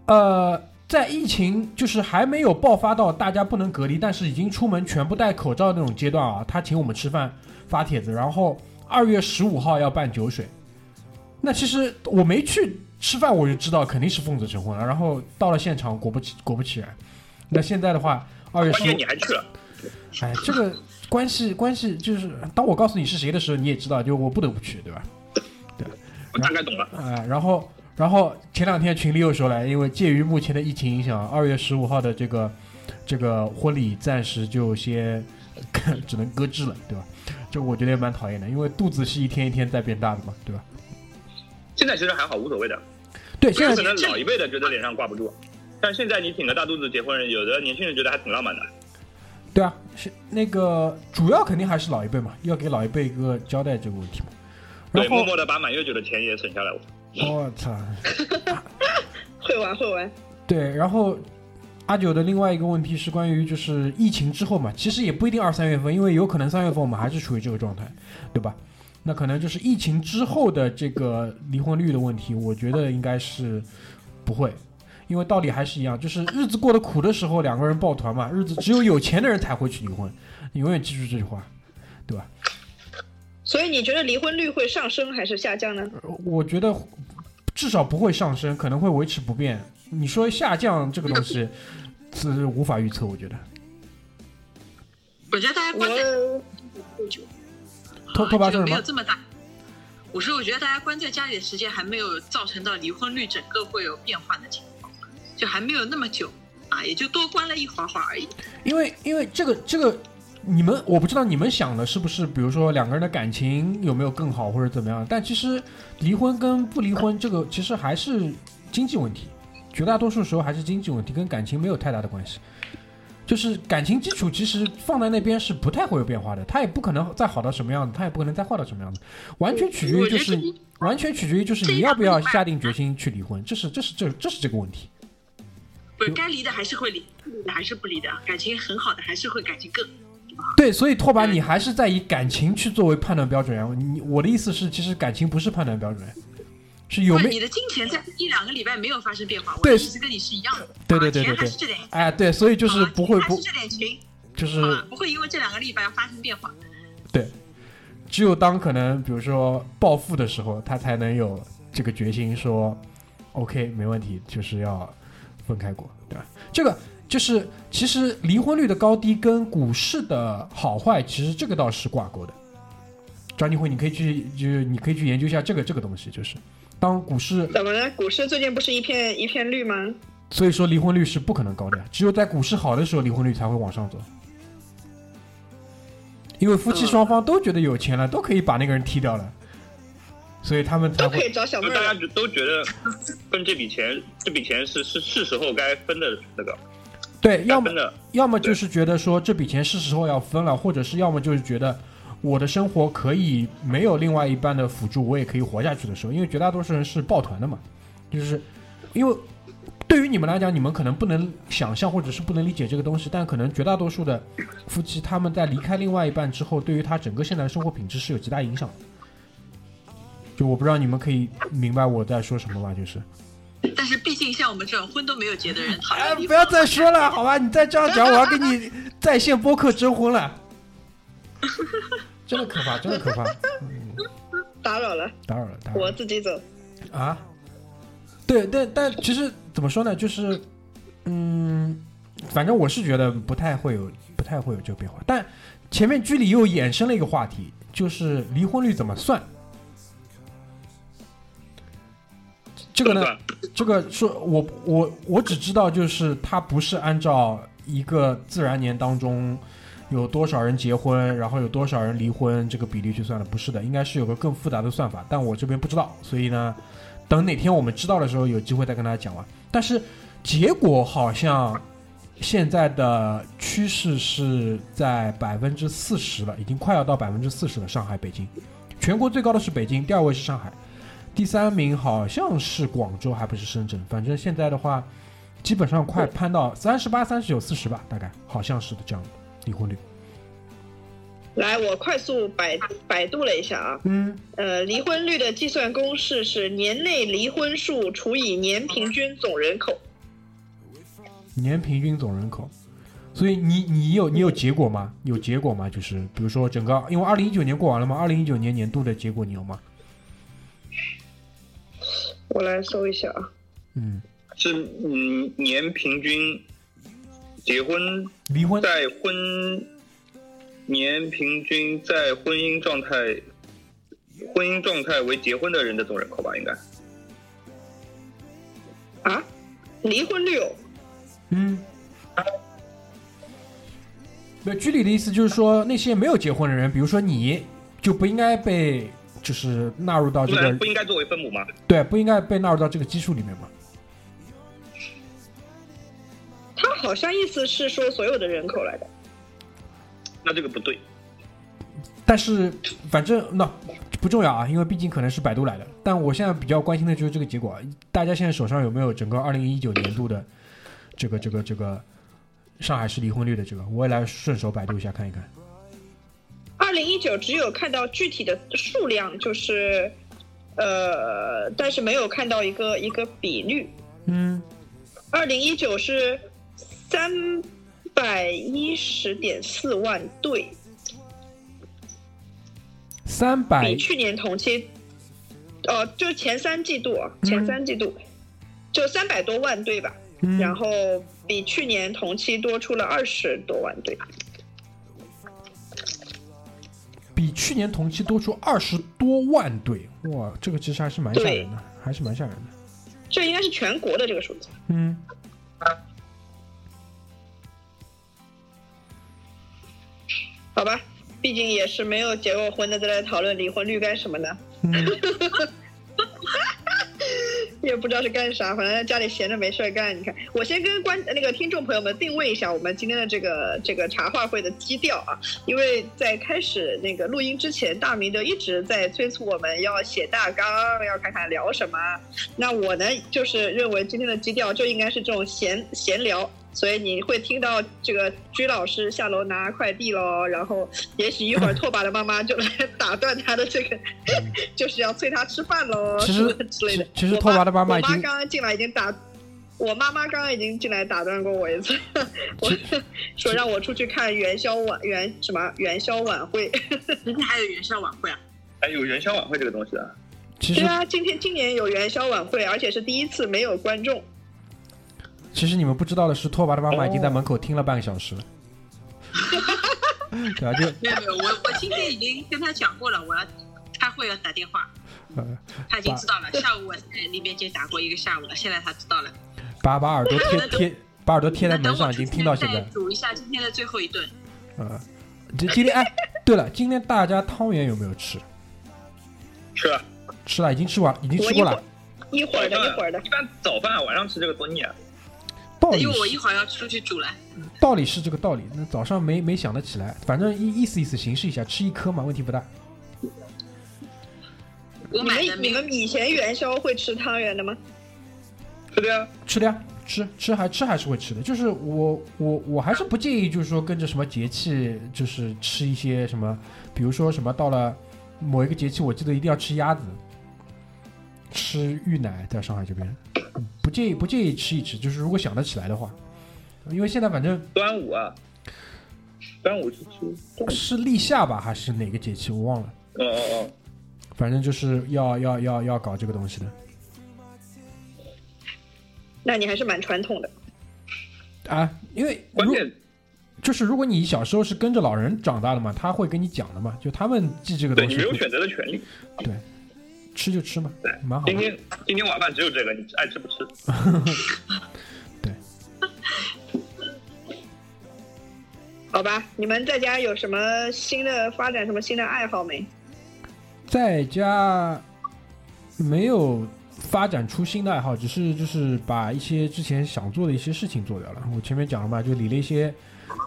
Speaker 4: 呃，在疫情就是还没有爆发到大家不能隔离，但是已经出门全部戴口罩那种阶段啊，他请我们吃饭发帖子，然后二月十五号要办酒水，那其实我没去吃饭，我就知道肯定是奉子成婚了，然后到了现场，果不其果不其然，那现在的话，二月
Speaker 6: 关
Speaker 4: 十
Speaker 6: 键
Speaker 4: 五
Speaker 6: 你，还去了，
Speaker 4: 哎，这个关系关系就是，当我告诉你是谁的时候，你也知道，就我不得不去，对吧？
Speaker 6: 我大概懂了。
Speaker 4: 哎，然后然后前两天群里又说了，因为鉴于目前的疫情影响，二月十五号的这个这个婚礼暂时就先 只能搁置了，对吧？这我觉得也蛮讨厌的，因为肚子是一天一天在变大的嘛，对吧？
Speaker 6: 现在其实还好，无所谓的。
Speaker 4: 对，啊现
Speaker 6: 有
Speaker 4: 在
Speaker 6: 可能老一辈的觉得脸上挂不住，但现在你挺个大肚子结婚，有的年轻人觉得还挺浪漫的。
Speaker 4: 对啊，是那个主要肯定还是老一辈嘛，要给老一辈一个交代这个问题嘛。然
Speaker 6: 对，
Speaker 4: 后
Speaker 6: 默默的把满月酒的钱也省下来。
Speaker 4: 我操，
Speaker 2: 会玩会玩。
Speaker 4: 对，然后阿九的另外一个问题是关于就是疫情之后嘛，其实也不一定二三月份，因为有可能三月份我们还是处于这个状态，对吧？那可能就是疫情之后的这个离婚率的问题，我觉得应该是不会，因为道理还是一样，就是日子过得苦的时候，两个人抱团嘛，日子只有有钱的人才会去离婚，你永远记住这句话，对吧？
Speaker 2: 所以你觉得离婚率会上升还是下降呢？
Speaker 4: 呃我觉得至少不会上升，可能会维持不变。你说下降这个东西，是无法预测，我觉得。
Speaker 3: 我觉得大家观点
Speaker 2: 我
Speaker 4: 托托巴
Speaker 3: 这
Speaker 4: 说
Speaker 3: 个啊没
Speaker 4: 什
Speaker 3: 有
Speaker 4: 么？
Speaker 3: 这么大。我说，我觉得大家关在家里的时间还没有造成到离婚率整个会有变化的情况，就还没有那么久啊，也就多关了一会儿会儿而已。
Speaker 4: 因为因为这个这个，你们我不知道你们想的是不是，比如说两个人的感情有没有更好或者怎么样，但其实离婚跟不离婚这个其实还是经济问题，绝大多数时候还是经济问题，跟感情没有太大的关系。就是感情基础其实放在那边是不太会有变化的，它也不可能再好到什么样子，它也不可能再坏到什么样子，完全取决于就是
Speaker 3: 我觉得
Speaker 4: 完全取决于就是你要不要下定决心去离婚，这是这是这这是这个问题。
Speaker 3: 不是该离的还是会离，不离的还是不离的，感情很好的还是会感情更。
Speaker 4: 对，所以拓跋你还是在以感情去作为判断标准呀。你我的意思是，其实感情不是判断标准，是有
Speaker 3: 不是
Speaker 4: 没
Speaker 3: 你的金钱在一两个礼拜没有发生变化，我
Speaker 4: 对
Speaker 3: 的意思跟你是一样的。
Speaker 4: 对
Speaker 3: 啊
Speaker 4: 对对对
Speaker 3: 钱还
Speaker 4: 对
Speaker 3: 是这点钱，
Speaker 4: 哎对，所以就是
Speaker 3: 啊
Speaker 4: 不会
Speaker 3: 钱还
Speaker 4: 不呃
Speaker 3: 是这点钱，
Speaker 4: 就是
Speaker 3: 好吧，不会因为这两个礼拜发生变化。
Speaker 4: 对，只有当可能比如说暴富的时候，他才能有这个决心说，OK 没问题，就是要分开过，对吧？这个就是其实离婚率的高低跟股市的好坏，其实这个倒是挂钩的。张金辉，你可以去就是你可以去研究一下这个这个东西，就是当股市
Speaker 2: 怎么了？股市最近不是一片一片绿吗？
Speaker 4: 所以说离婚率是不可能高的呀，只有在股市好的时候，离婚率才会往上走。因为夫妻双方都觉得有钱了，都可以把那个人踢掉了，所以他们才
Speaker 2: 都可
Speaker 4: 会
Speaker 2: 以找小妹
Speaker 6: 就
Speaker 2: 儿
Speaker 6: 大家
Speaker 2: 了。
Speaker 6: 觉都觉得分这笔钱，这笔钱是是是时候该分的那个，
Speaker 4: 对，要
Speaker 6: 该
Speaker 4: 么
Speaker 6: 分的。
Speaker 4: 要么就是觉得说这笔钱是时候要分了，或者是要么就是觉得我的生活可以没有另外一半的辅助，我也可以活下去的时候，因为绝大多数人是抱团的嘛，就是因为对于你们来讲，你们可能不能想象或者是不能理解这个东西，但可能绝大多数的夫妻他们在离开另外一半之后，对于他整个现在的生活品质是有极大影响的。就我不知道你们可以明白我在说什么吧，就是，
Speaker 3: 但是毕竟像我们这种婚都没有结的人，讨
Speaker 4: 哎
Speaker 3: 厌离，
Speaker 4: 不
Speaker 3: 婚。
Speaker 4: 要再说了，好吧？你再这样讲，我要跟你在线播客征婚了。真的可怕，真的可怕，
Speaker 2: 打扰了，
Speaker 4: 打扰了，打扰
Speaker 2: 我
Speaker 4: 了
Speaker 2: 自己走。
Speaker 4: 啊！对，但但其实怎么说呢，就是，嗯，反正我是觉得不太会有，不太会有这个变化。但前面剧里又衍生了一个话题，就是离婚率怎么算？这个呢，这个说我我我只知道，就是它不是按照一个自然年当中有多少人结婚，然后有多少人离婚这个比例去算的，不是的，应该是有个更复杂的算法，但我这边不知道，所以呢，等哪天我们知道的时候，有机会再跟大家讲吧。但是结果好像现在的趋势是在百分之四十了，已经快要到百分之四十了。上海、北京，全国最高的是北京，第二位是上海。第三名好像是广州，还不是深圳。反正现在的话，基本上快攀到三十八、三十九、四十吧，大概好像是的这样的离婚率。
Speaker 2: 来，我快速百百度了一下啊，
Speaker 4: 嗯，
Speaker 2: 呃，离婚率的计算公式是年内离婚数除以年平均总人口。
Speaker 4: 年平均总人口。所以你你有你有结果吗？有结果吗？就是比如说整个，因为二零一九年过完了嘛，二零一九年年度的结果你有吗？
Speaker 2: 我来搜一下啊，
Speaker 4: 嗯，
Speaker 6: 是嗯年平均结婚
Speaker 4: 离婚
Speaker 6: 在婚年平均在婚姻状态婚姻状态为结婚的人的总人口吧，应该
Speaker 2: 啊，离婚率哦，
Speaker 4: 嗯，那居里的意思就是说，那些没有结婚的人，比如说你，就不应该被就是纳入到这
Speaker 6: 不
Speaker 4: 个
Speaker 6: 然不应该作为分母吗？
Speaker 4: 对，不应该被纳入到这个基数里面嘛？
Speaker 2: 他好像意思是说所有的人口来的。
Speaker 6: 那这个不对，
Speaker 4: 但是反正那、不重要啊，因为毕竟可能是百度来的。但我现在比较关心的就是这个结果，大家现在手上有没有整个二零一九年度的这个这个这个上海市离婚率的这个？我也来顺手百度一下看一看。
Speaker 2: 二零一九只有看到具体的数量，就是，呃，但是没有看到一个一个比率。
Speaker 4: 嗯，
Speaker 2: 二零一九是三百一十点四万对，
Speaker 4: 三百
Speaker 2: 比去年同期，呃，就前三季度啊，
Speaker 4: 嗯
Speaker 2: 前三季度、就三百多万对吧？
Speaker 4: 嗯
Speaker 2: 然后比去年同期多出了二十多万对，
Speaker 4: 比去年同期多出二十多万对，哇，这个其实还是蛮吓人的，还是蛮吓人的。
Speaker 2: 这应该是全国的这个数字。
Speaker 4: 嗯，
Speaker 2: 好吧，毕竟也是没有结过婚的，在这讨论离婚率干什么呢？ 也不知道是干啥，反正在家里闲着没事儿干。你看，我先跟观那个听众朋友们定位一下我们今天的这个这个茶话会的基调啊，因为在开始那个录音之前，大明就一直在催促我们要写大纲，要看看聊什么。那我呢，就是认为今天的基调就应该是这种闲闲聊。所以你会听到这个居老师下楼拿快递喽，然后也许一会 儿拓跋的妈妈就来 打断他的这个， 就是要催他吃饭喽，
Speaker 4: 嗯其
Speaker 2: 什
Speaker 4: 实
Speaker 2: 么之类的。
Speaker 4: 其实
Speaker 2: 我
Speaker 4: 拓跋的妈妈
Speaker 2: 我
Speaker 4: 已
Speaker 2: 妈
Speaker 4: 经
Speaker 2: 刚刚进来已经打，我妈妈刚刚已经进来打断过我一次，我说让我出去看元宵晚元什么元宵晚会。
Speaker 3: 人家还有元宵晚会啊，
Speaker 6: 哎，有元宵晚会这个东西啊，
Speaker 4: 其
Speaker 2: 对
Speaker 4: 实
Speaker 2: 啊，今天今年有元宵晚会，而且是第一次没有观众。
Speaker 4: 其实你们不知道的是，拓跋的妈
Speaker 3: 哦
Speaker 4: 妈已经在门口听了半个小时了。 对啊，就
Speaker 3: 没有没有，我我今天已经跟他讲过了，我要开会要打电话，
Speaker 4: 呃
Speaker 3: 他已经知道了。下午我在那边已经打过一个下午了，现在他知道了。
Speaker 4: 把把耳朵贴贴，把耳朵贴在门上，已经听到现
Speaker 3: 那
Speaker 4: 在
Speaker 3: 等我出去再。煮一下今天的最后一顿，
Speaker 4: 啊、这今天哎，对了，今天大家汤圆有没有吃？
Speaker 6: 吃了。
Speaker 4: 吃了，已经吃完，已经
Speaker 2: 我
Speaker 4: 吃
Speaker 2: 一
Speaker 4: 过
Speaker 2: 会
Speaker 4: 了
Speaker 2: 儿。一会儿的，一会儿的
Speaker 6: 一。般早饭啊晚上吃这个多腻啊。
Speaker 4: 道理
Speaker 3: 因为我一
Speaker 4: 哦是
Speaker 3: 会儿要出去煮了。
Speaker 4: 道理是这个道理，那早上没没想得起来，反正意意思意思形式一下，吃一颗嘛，问题不大。
Speaker 3: 我
Speaker 2: 你
Speaker 3: 买的
Speaker 2: 们
Speaker 3: 没
Speaker 2: 你
Speaker 3: 有
Speaker 2: 们以前元宵会吃汤圆的吗？
Speaker 6: 是的呀，
Speaker 4: 吃的呀，吃吃还吃还是会吃的，就是我我我还是不介意，就是说跟着什么节气，就是吃一些什么，比如说什么到了某一个节气，我记得一定要吃鸭子，吃芋奶，在上海这边，嗯不介意不介意吃一吃，就是如果想得起来的话，因为现在反正
Speaker 6: 端午啊，端午是吃。
Speaker 4: 是立夏吧，还是哪个节气我忘了，
Speaker 6: 哦哦
Speaker 4: 反正就是要要要要搞这个东西的。
Speaker 2: 那你还是蛮传统的。
Speaker 4: 啊，因为
Speaker 6: 哦，关
Speaker 4: 如
Speaker 6: 键
Speaker 4: 就是如果你小时候是跟着老人长大的嘛，他会跟你讲的嘛，就他们记这个
Speaker 6: 对
Speaker 4: 东
Speaker 6: 你
Speaker 4: 西
Speaker 6: 没，有选择的权利。
Speaker 4: 对，吃就吃嘛，蛮好
Speaker 6: 今
Speaker 4: 的。
Speaker 6: 天今天晚饭只有这个，你爱吃不吃？
Speaker 2: 好吧，你们在家有什么新的发展，什么新的爱好没？
Speaker 4: 在家没有发展出新的爱好，只是就是把一些之前想做的一些事情做掉了。我前面讲了嘛，就理了一些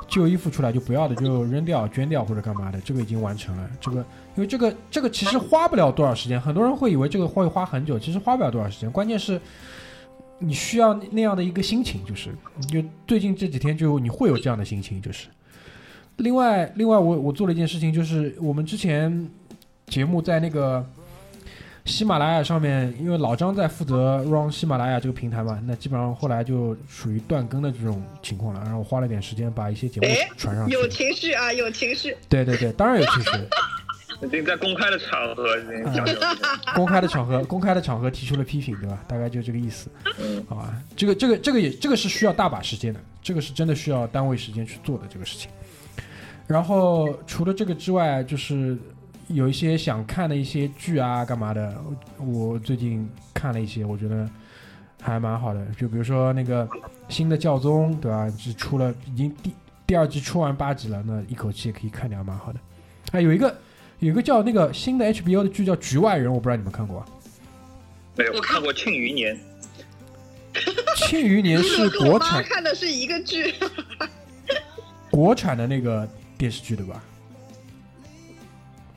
Speaker 4: 旧衣服出来，就不要的就扔掉、捐掉或者干嘛的，这个已经完成了。这个因为这个这个其实花不了多少时间，很多人会以为这个会花很久，其实花不了多少时间，关键是。你需要那样的一个心情，就是就最近这几天就你会有这样的心情，就是。另外，另外我我做了一件事情，就是我们之前节目在那个喜马拉雅上面，因为老张在负责 run 喜马拉雅这个平台嘛，那基本上后来就属于断更的这种情况了。然后我花了点时间把一些节目
Speaker 2: 哎
Speaker 4: 传上去。
Speaker 2: 有情绪啊，有情绪。
Speaker 4: 对对对，当然有情绪。
Speaker 6: 已经在公开的场合已经讲究了。
Speaker 4: 公开的场合， 公开的场合提出了批评，对吧？大概就这个意思，
Speaker 6: 嗯
Speaker 4: 好吧？这个这个这个也这个是需要大把时间的，这个是真的需要单位时间去做的这个事情。然后除了这个之外，就是有一些想看的一些剧啊，干嘛的，我我最近看了一些，我觉得还蛮好的。就比如说那个新的教宗，对吧？是出了已经第第二季出完八集了，那一口气也可以看掉，蛮好的。哎，有一个有一个叫那个新的 HBO 的剧叫《局外人》，我不知道你们看过啊。
Speaker 6: 没有，
Speaker 3: 我
Speaker 6: 我
Speaker 3: 看
Speaker 6: 看过《庆余年》，
Speaker 4: 《庆余年》是
Speaker 2: 跟我
Speaker 4: 国
Speaker 2: 妈
Speaker 4: 产
Speaker 2: 看的是一个剧，
Speaker 4: 国产的那个电视剧对吧？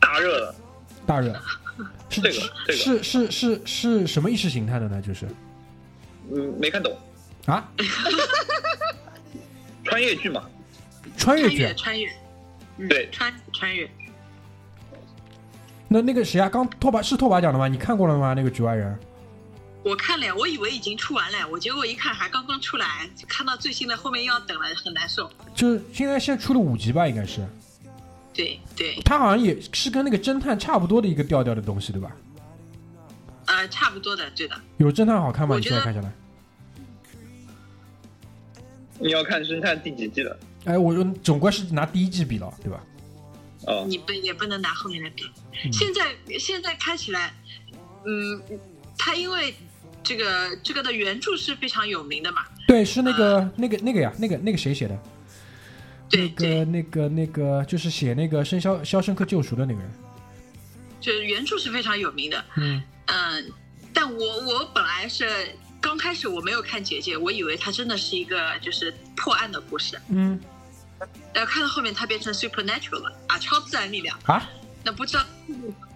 Speaker 6: 大热了。
Speaker 4: 大热是
Speaker 6: 这个这个
Speaker 4: 是是是是什么意识形态的呢？就是
Speaker 6: 嗯，没看懂，
Speaker 4: 啊，
Speaker 6: 穿越剧嘛。
Speaker 4: 穿越
Speaker 3: 穿
Speaker 4: 剧
Speaker 3: 越
Speaker 4: 啊。
Speaker 3: 穿越，嗯
Speaker 6: 对，
Speaker 3: 穿穿越，
Speaker 4: 那那个谁啊，刚拓跋是拓跋讲的吗？你看过了吗？那个《局外人》
Speaker 3: 我看了，我以为已经出完了，我结果一看还刚刚出来，就看到最新的后面又要等了，很难受。
Speaker 4: 就是现在现在出了五集吧，应该是。
Speaker 3: 对对，
Speaker 4: 它好像也是跟那个侦探差不多的一个调调的东西，对吧？
Speaker 3: 呃，差不多的，对的。
Speaker 4: 有侦探好看吗？
Speaker 3: 我
Speaker 4: 你
Speaker 3: 觉
Speaker 4: 现
Speaker 3: 得
Speaker 4: 在看下来，
Speaker 6: 你要看侦探第几季了？
Speaker 4: 哎，我总归是拿第一季比了，对吧？
Speaker 6: 哦
Speaker 3: 你不也不能拿后面来比。
Speaker 4: 嗯
Speaker 3: 现在现在看起来，嗯，他因为这个这个的原著是非常有名的嘛，
Speaker 4: 对，是那个那个那个呀，那个那个谁写的？
Speaker 3: 对
Speaker 4: 那个那个那个就是写那个《生肖《肖申克救赎》的那个人。
Speaker 3: 就是原著是非常有名的。
Speaker 4: 嗯，
Speaker 3: 嗯，但我我本来是刚开始我没有看姐姐，我以为它真的是一个就是破案的故事，
Speaker 4: 嗯
Speaker 3: 然后看到后面它变成 supernatural 了啊，超自然力量。
Speaker 4: 啊，
Speaker 3: 那不知道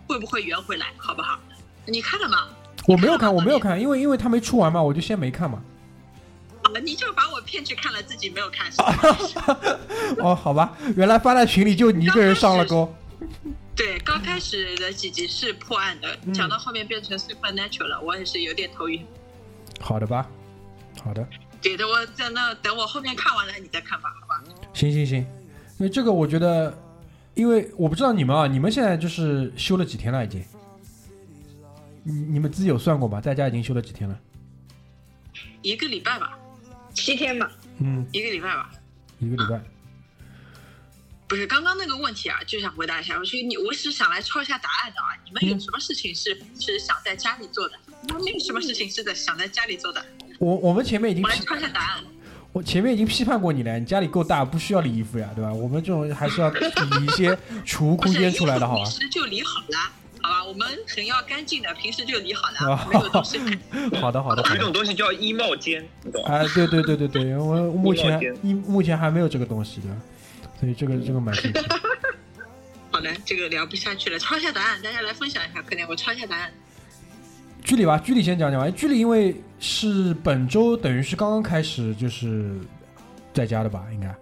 Speaker 3: 会不会圆回来，好不好？你看了吗？
Speaker 4: 我没有看，我没有看，因为因为他没出完嘛，我就先没看嘛。
Speaker 3: 啊，你就把我骗去看了，自己没有 看是吧？
Speaker 4: 哦，好吧，原来发在群里就你一个人上了钩。
Speaker 3: 对，刚开始的几集是破案的，
Speaker 4: 嗯
Speaker 3: 讲到后面变成 supernatural 了，我也是有点头晕。
Speaker 4: 好的吧，好的，
Speaker 3: 对的，我在那等我后面看完了你再看吧，好吧？
Speaker 4: 行行行，因为这个我觉得，因为我不知道你们啊，你们现在就是休了几天了已经？你你们自己有算过吗？在家已经休了几天了？
Speaker 3: 一个礼拜吧，
Speaker 2: 七天吧，
Speaker 4: 嗯，
Speaker 3: 一个礼拜吧。
Speaker 4: 一个礼拜。
Speaker 3: 不是刚刚那个问题啊，就想回答一下。我说你，我是想来抄一下答案的
Speaker 4: 嗯
Speaker 3: 啊。你们有什么事情是、是想在家里做的？我没有什么事情是在想在家里做的。
Speaker 4: 我我们前面已经
Speaker 3: 我来
Speaker 4: 批，
Speaker 3: 抄一下答案。
Speaker 4: 我前面已经批判过你了，你家里够大，不需要理衣服呀，对吧？我们这种还是要理一些储物
Speaker 3: 不
Speaker 4: 空
Speaker 3: 是，
Speaker 4: 间出来的，好吧
Speaker 3: 平？时就理好了，好吧？我们很要干净的，平时就理好
Speaker 4: 啊
Speaker 3: 了，没有东西看。
Speaker 4: 好的好的好
Speaker 6: 有一种
Speaker 4: 的。
Speaker 6: 东西叫衣帽间，你懂吗？
Speaker 4: 哎，对对对对对，我目前
Speaker 6: 衣帽间
Speaker 4: 一目前还没有这个东西的，所以这个这个蛮新奇。
Speaker 3: 好了，这个聊不下去了，抄一下答案，大家来分享一下，快点，我抄一下答案。
Speaker 4: 居里吧，居里先讲讲吧。居里因为是本周等于是刚刚开始就是在家的吧，应该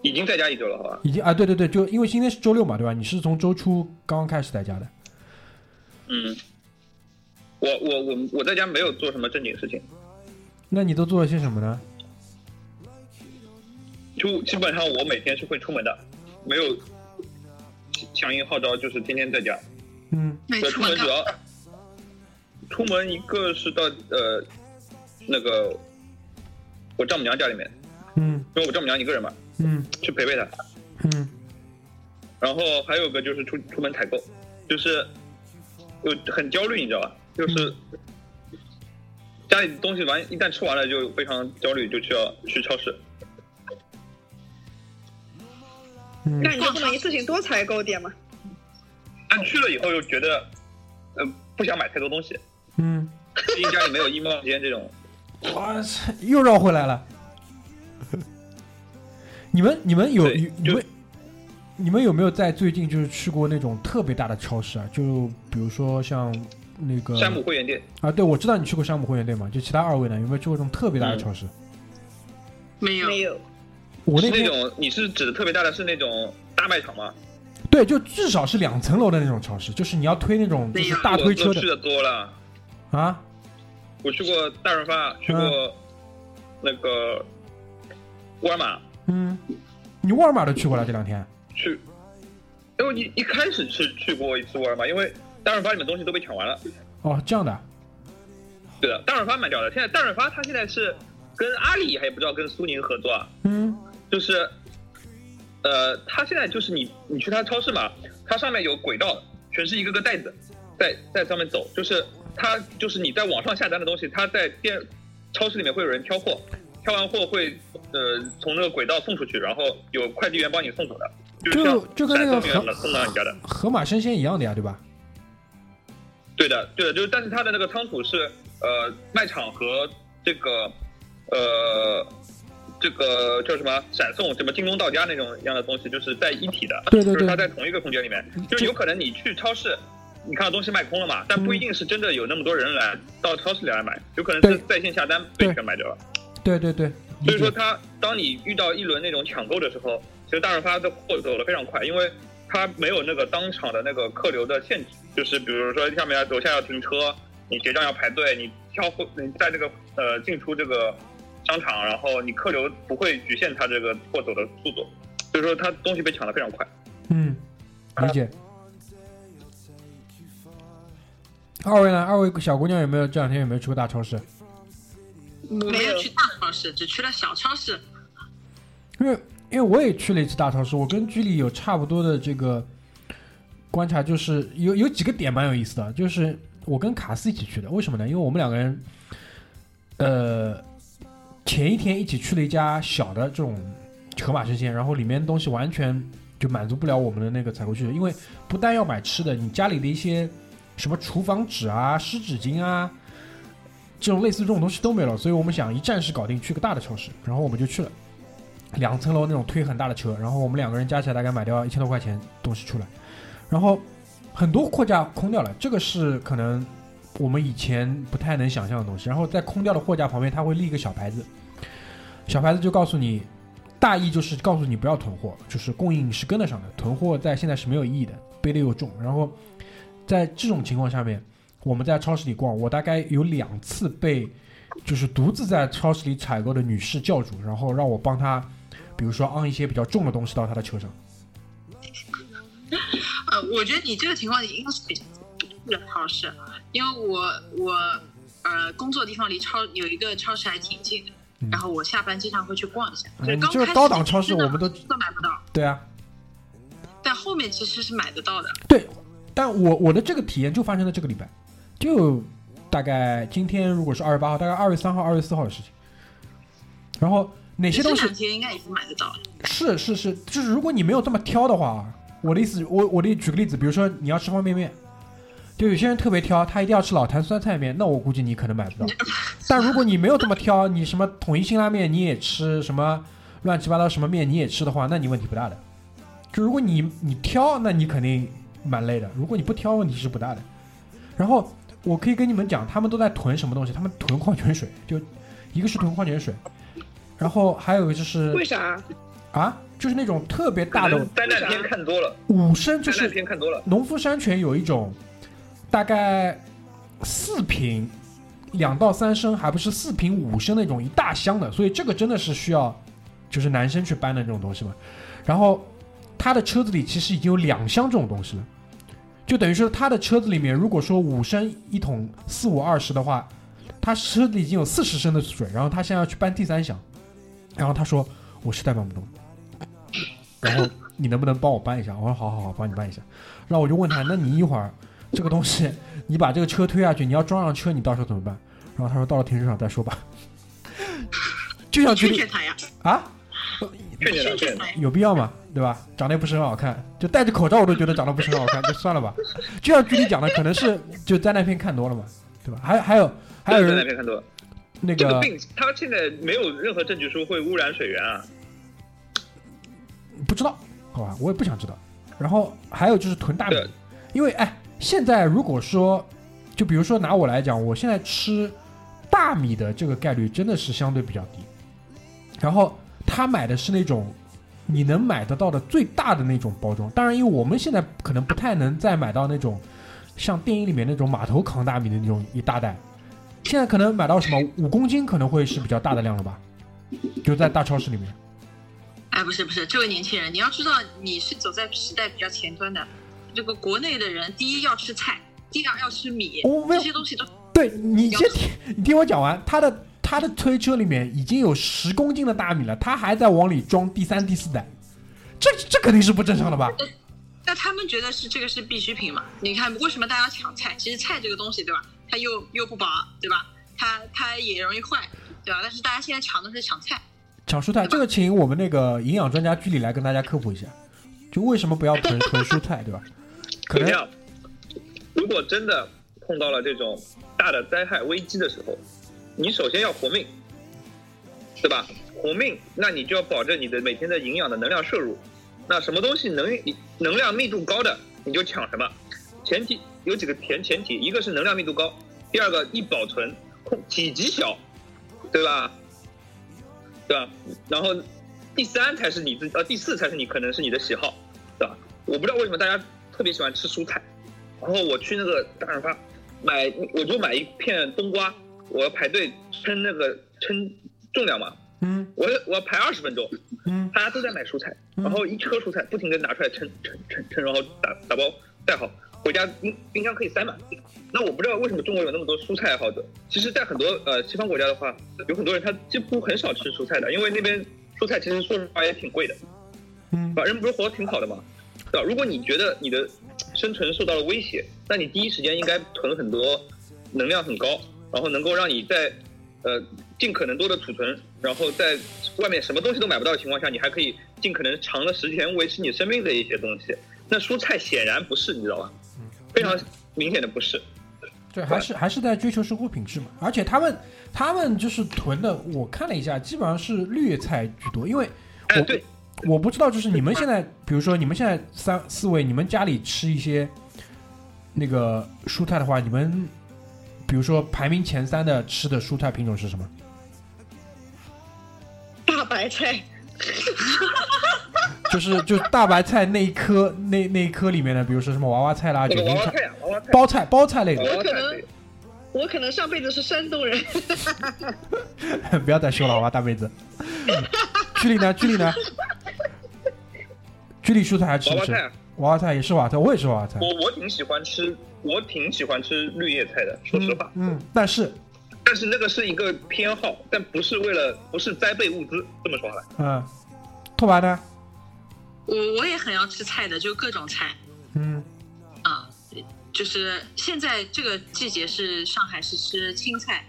Speaker 6: 已经在家一周了，好吧？
Speaker 4: 已经啊，对对对，就因为今天是周六嘛，对吧？你是从周初刚刚开始在家的，
Speaker 6: 嗯，我我我我在家没有做什么正经事情，
Speaker 4: 那你都做了些什么呢？
Speaker 6: 就基本上我每天是会出门的，没有响应号召，就是天天在家。
Speaker 4: 嗯
Speaker 3: 那你
Speaker 6: 对，
Speaker 3: 出
Speaker 6: 出
Speaker 3: 门
Speaker 6: 门主
Speaker 3: 干
Speaker 6: 要出门一个是到呃那个我丈母娘家里面，
Speaker 4: 嗯
Speaker 6: 因为我丈母娘一个人嘛，
Speaker 4: 嗯
Speaker 6: 去陪陪她。
Speaker 4: 嗯
Speaker 6: 然后还有个就是出出门采购，就是有很焦虑，你知道吧？就是家里东西完一旦吃完了就非常焦虑，就去要去超市。
Speaker 4: 嗯
Speaker 2: 那你就不能一次性多采购点吗？
Speaker 6: 但去了以后又觉得，嗯、不想买太多东西，
Speaker 4: 嗯，
Speaker 6: 毕竟家里没有衣帽间这种。
Speaker 4: 哇塞，又绕回来了。 你们你们有
Speaker 6: 对
Speaker 4: 有你
Speaker 6: 就
Speaker 4: 们你们有没有在最近就是去过那种特别大的超市啊？就比如说像那个
Speaker 6: 山姆会员店
Speaker 4: 啊，对，我知道你去过山姆会员店嘛，就其他二位呢，有没有去过这种特别大
Speaker 6: 嗯
Speaker 4: 的超市？
Speaker 3: 没有
Speaker 2: 没，有，
Speaker 4: 我
Speaker 6: 是
Speaker 4: 那
Speaker 6: 那
Speaker 4: 天
Speaker 6: 种，你是指的特别大的是那种大卖场吗？
Speaker 4: 对，就至少是两层楼的那种超市，就是你要推那种就是大推车
Speaker 6: 我都去
Speaker 4: 的
Speaker 6: 的多了，
Speaker 4: 啊，
Speaker 6: 我去过大润发，去
Speaker 4: 嗯
Speaker 6: 过那个沃尔玛，
Speaker 4: 嗯，你沃尔玛都去过了这两天，
Speaker 6: 去，因为你一开始是去过一次沃尔玛，因为大润发里面东西都被抢完了。
Speaker 4: 哦，这样的，
Speaker 6: 对的，大润发蛮屌的。现在大润发它现在是跟阿里还不知道跟苏宁合作啊，
Speaker 4: 嗯
Speaker 6: 就是，呃，它现在就是你你去它超市嘛，它上面有轨道，全是一个个袋子，在在上面走，就是它就是你在网上下单的东西，它在店超市里面会有人挑货，挑完货会呃从那个轨道送出去，然后有快递员帮你送走的，
Speaker 4: 就
Speaker 6: 像
Speaker 4: 就跟那个
Speaker 6: 闪送
Speaker 4: 盒
Speaker 6: 员送到你家的。
Speaker 4: 盒马生鲜一样的呀，对吧？
Speaker 6: 对的，对的，就是但是它的那个仓储是呃卖场和这个呃这个叫什么闪送什么京东到家那种一样的东西，就是在一体的，
Speaker 4: 对对对
Speaker 6: 就是它在同一个空间里面，就是有可能你去超市。你看到东西卖空了嘛？
Speaker 4: 嗯
Speaker 6: 但不一定是真的有那么多人来到超市里来买，有可能是在线下单被全买掉了。
Speaker 4: 对对对，理
Speaker 6: 所以说
Speaker 4: 解，
Speaker 6: 它，当你遇到一轮那种抢购的时候，其实大润发的货走的非常快，因为它没有那个当场的那个客流的限制，就是比如说下面要楼下要停车，你结账要排队，你挑货，你在这个呃进出这个商场，然后你客流不会局限它这个货走的速度，所以说它东西被抢的非常快。
Speaker 4: 嗯，理解。二位呢？二位小姑娘有没有这两天有没有去过大超市？
Speaker 3: 我没
Speaker 2: 没
Speaker 3: 有
Speaker 2: 有
Speaker 3: 去大超市，只去了小超市。
Speaker 4: 因为因为我也去了一次大超市，我跟居里有差不多的这个观察，就是有有几个点蛮有意思的，就是我跟卡斯一起去的，为什么呢？因为我们两个人，呃，前一天一起去了一家小的这种盒马生鲜，然后里面东西完全就满足不了我们的那个采购需求，因为不但要买吃的，你家里的一些什么厨房纸啊、湿纸巾啊。这种类似这种东西都没有了，所以我们想一站式搞定，去个大的超市，然后我们就去了。两层楼那种推很大的车，然后我们两个人加起来大概买掉一千多块钱东西出来，然后很多货架空掉了，这个是可能我们以前不太能想象的东西。然后在空掉的货架旁边，它会立一个小牌子，小牌子就告诉你，大意就是告诉你不要囤货，就是供应是跟得上的，囤货在现在是没有意义的，背的又重。然后在这种情况下面，我们在超市里逛，我大概有两次被就是独自在超市里采购的女士教主，然后让我帮她。比如说昂一些比较重的东西到他的车上。
Speaker 3: 呃，我觉得你这个情况应该是比较超市，因为我我呃工作地方离超有一个超市还挺近的，
Speaker 4: 嗯
Speaker 3: 然后我下班经常会去逛一下。
Speaker 4: 哎你
Speaker 3: 刚
Speaker 4: 这个
Speaker 3: 开始
Speaker 4: 高档超市
Speaker 3: 真的
Speaker 4: 我们都
Speaker 3: 都买不到，
Speaker 4: 对啊，
Speaker 3: 但后面其实是买得到的。
Speaker 4: 对，但我我的这个体验就发生在这个礼拜，就大概今天如果是二十八号，大概二月三号、二月四号的事情。然后哪些
Speaker 3: 这
Speaker 4: 东西
Speaker 3: 两天应该已经买得到了。
Speaker 4: 是是是，就是如果你没有这么挑的话啊，我的意思，我我的举个例子，比如说你要吃方便面，就有些人特别挑，他一定要吃老坛酸菜面，那我估计你可能买不到。但如果你没有这么挑，你什么统一辛拉面你也吃，什么乱七八糟什么面你也吃的话，那你问题不大的。就如果你你挑，那你肯定蛮累的；如果你不挑，问题是不大的。然后我可以跟你们讲，他们都在囤什么东西？他们囤矿泉水，就一个是囤矿泉水，然后还有就是
Speaker 2: 为啥？
Speaker 4: 啊，就是那种特别大
Speaker 6: 可
Speaker 4: 的
Speaker 6: 能灾难片看多了，
Speaker 4: 五升，就
Speaker 6: 灾难
Speaker 4: 是
Speaker 6: 片看多了，
Speaker 4: 农夫山泉有一种大概四瓶，两到三升，还不是四瓶五升那种一大箱的，所以这个真的是需要就是男生去搬的这种东西嘛。然后他的车子里其实已经有两箱这种东西了，就等于说他的车子里面如果说五升一桶四五二十的话，他车子里已经有四十升的水，然后他现在要去搬第三箱，然后他说我实在搬不动，然后你能不能帮我搬一下？我说好好好，帮你搬一下。然后我就问他，那你一会儿这个东西，你把这个车推下去，你要装上车，你到时候怎么办？然后他说到了停车场再说吧。 就像举
Speaker 3: 劝
Speaker 4: 例
Speaker 3: 劝他呀，
Speaker 4: 啊，
Speaker 3: 劝
Speaker 6: 劝劝他，劝
Speaker 3: 劝
Speaker 6: 劝他
Speaker 3: 他。呀。
Speaker 4: 有必要吗？对吧？长得也不是很好看，就戴着口罩我都觉得长得不是很好看，就算了吧。就像具体讲的，可能是就灾难片看多了嘛，对吧？还还有还有
Speaker 6: 灾难
Speaker 4: 人
Speaker 6: 片看多了。
Speaker 4: 那
Speaker 6: 这个
Speaker 4: 个
Speaker 6: 病，它现在没有任何证据说会污染水源啊。
Speaker 4: 不知道，好吧，我也不想知道。然后还有就是囤大米
Speaker 6: 对，
Speaker 4: 因为哎，现在如果说，就比如说拿我来讲，我现在吃大米的这个概率真的是相对比较低。然后他买的是那种你能买得到的最大的那种包装，当然，因为我们现在可能不太能再买到那种像电影里面那种码头扛大米的那种一大袋，现在可能买到什么五公斤可能会是比较大的量了吧，就在大超市里面。
Speaker 3: 哎，不是不是，这位年轻人，你要知道你是走在时代比较前端的。这个国内的人，第一要吃菜，第二要吃米，
Speaker 4: 我哦没
Speaker 3: 这
Speaker 4: 有
Speaker 3: 些东西都
Speaker 4: 对你
Speaker 3: 要
Speaker 4: 先听，你听我讲完，他的他的推车里面已经有十公斤的大米了，他还在往里装第三、第四袋，这这肯定是不正常的吧？
Speaker 3: 那他们觉得是这个是必需品嘛？你看为什么大家抢菜？其实菜这个东西，对吧？它又又不饱，对吧？它它也容易坏，对吧？但是大家现在抢的是抢菜，
Speaker 4: 抢蔬菜这个，请我们那个营养专家居里来跟大家科普一下，就为什么不要囤囤蔬菜，对吧？可
Speaker 6: 怎么
Speaker 4: 能
Speaker 6: 样？如果真的碰到了这种大的灾害危机的时候，你首先要活命，对吧？活命，那你就要保证你的每天的营养的能量摄入。那什么东西能能量密度高的，你就抢什么。前提有几个前前提，一个是能量密度高，第二个易保存，空体积小，对吧？对吧？然后第三才是你自呃第四才是你可能是你的喜好，对吧？我不知道为什么大家特别喜欢吃蔬菜，然后我去那个大润发买，我就买一片冬瓜，我要排队称那个称重量嘛，
Speaker 4: 嗯
Speaker 6: 我我要排二十分钟，
Speaker 4: 嗯
Speaker 6: 大家都在买蔬菜，然后一车蔬菜不停的拿出来称称称称，然后打打包带好，回家冰冰箱可以塞满。那我不知道为什么中国有那么多蔬菜爱好者。其实，在很多呃西方国家的话，有很多人他几乎很少吃蔬菜的，因为那边蔬菜其实说实话也挺贵的，
Speaker 4: 嗯
Speaker 6: 吧？人不是活得挺好的嘛，对吧？如果你觉得你的生存受到了威胁，那你第一时间应该囤很多能量很高，然后能够让你在呃尽可能多的储存，然后在外面什么东西都买不到的情况下，你还可以尽可能长的时间维持你生命的一些东西。那蔬菜显然不是，你知道吧？
Speaker 4: 嗯
Speaker 6: 非常明显的不是。
Speaker 4: 对，还是还是在追求生活品质嘛。而且他们他们就是囤的，我看了一下，基本上是绿菜居多，因为我、
Speaker 6: 哎，对，
Speaker 4: 我不知道，就是你们现在，比如说你们现在三四位，你们家里吃一些那个蔬菜的话，你们比如说排名前三的吃的蔬菜品种是什么？
Speaker 2: 大白菜，
Speaker 4: 就是就大白菜那一颗那那一颗里面的，比如说什么娃娃菜啦、
Speaker 6: 那
Speaker 4: 卷
Speaker 6: 个
Speaker 4: 心
Speaker 6: 娃娃
Speaker 4: 菜、
Speaker 6: 菜啊，娃娃菜，
Speaker 4: 包菜、包菜类
Speaker 6: 娃
Speaker 4: 的，
Speaker 2: 我
Speaker 6: 娃菜
Speaker 2: 可能
Speaker 6: 对
Speaker 2: 我可能上辈子是山东人，
Speaker 4: 不要再说了，好吧，大妹子。 居里呢？居里呢？居里蔬菜还吃
Speaker 6: 娃
Speaker 4: 不
Speaker 6: 娃
Speaker 4: 吃
Speaker 6: 菜？啊。
Speaker 4: 娃娃菜也是娃娃菜，我也是娃娃菜。
Speaker 6: 我我挺喜欢吃，我挺喜欢吃绿叶菜的，说实话。
Speaker 4: 嗯，但是
Speaker 6: 但是那个是一个偏好，但不是为了不是栽培物资，这么说好了。
Speaker 4: 嗯，拓跋呢？
Speaker 3: 我我也很要吃菜的，就各种菜
Speaker 4: 嗯
Speaker 3: 啊，就是现在这个季节是上海是吃青菜，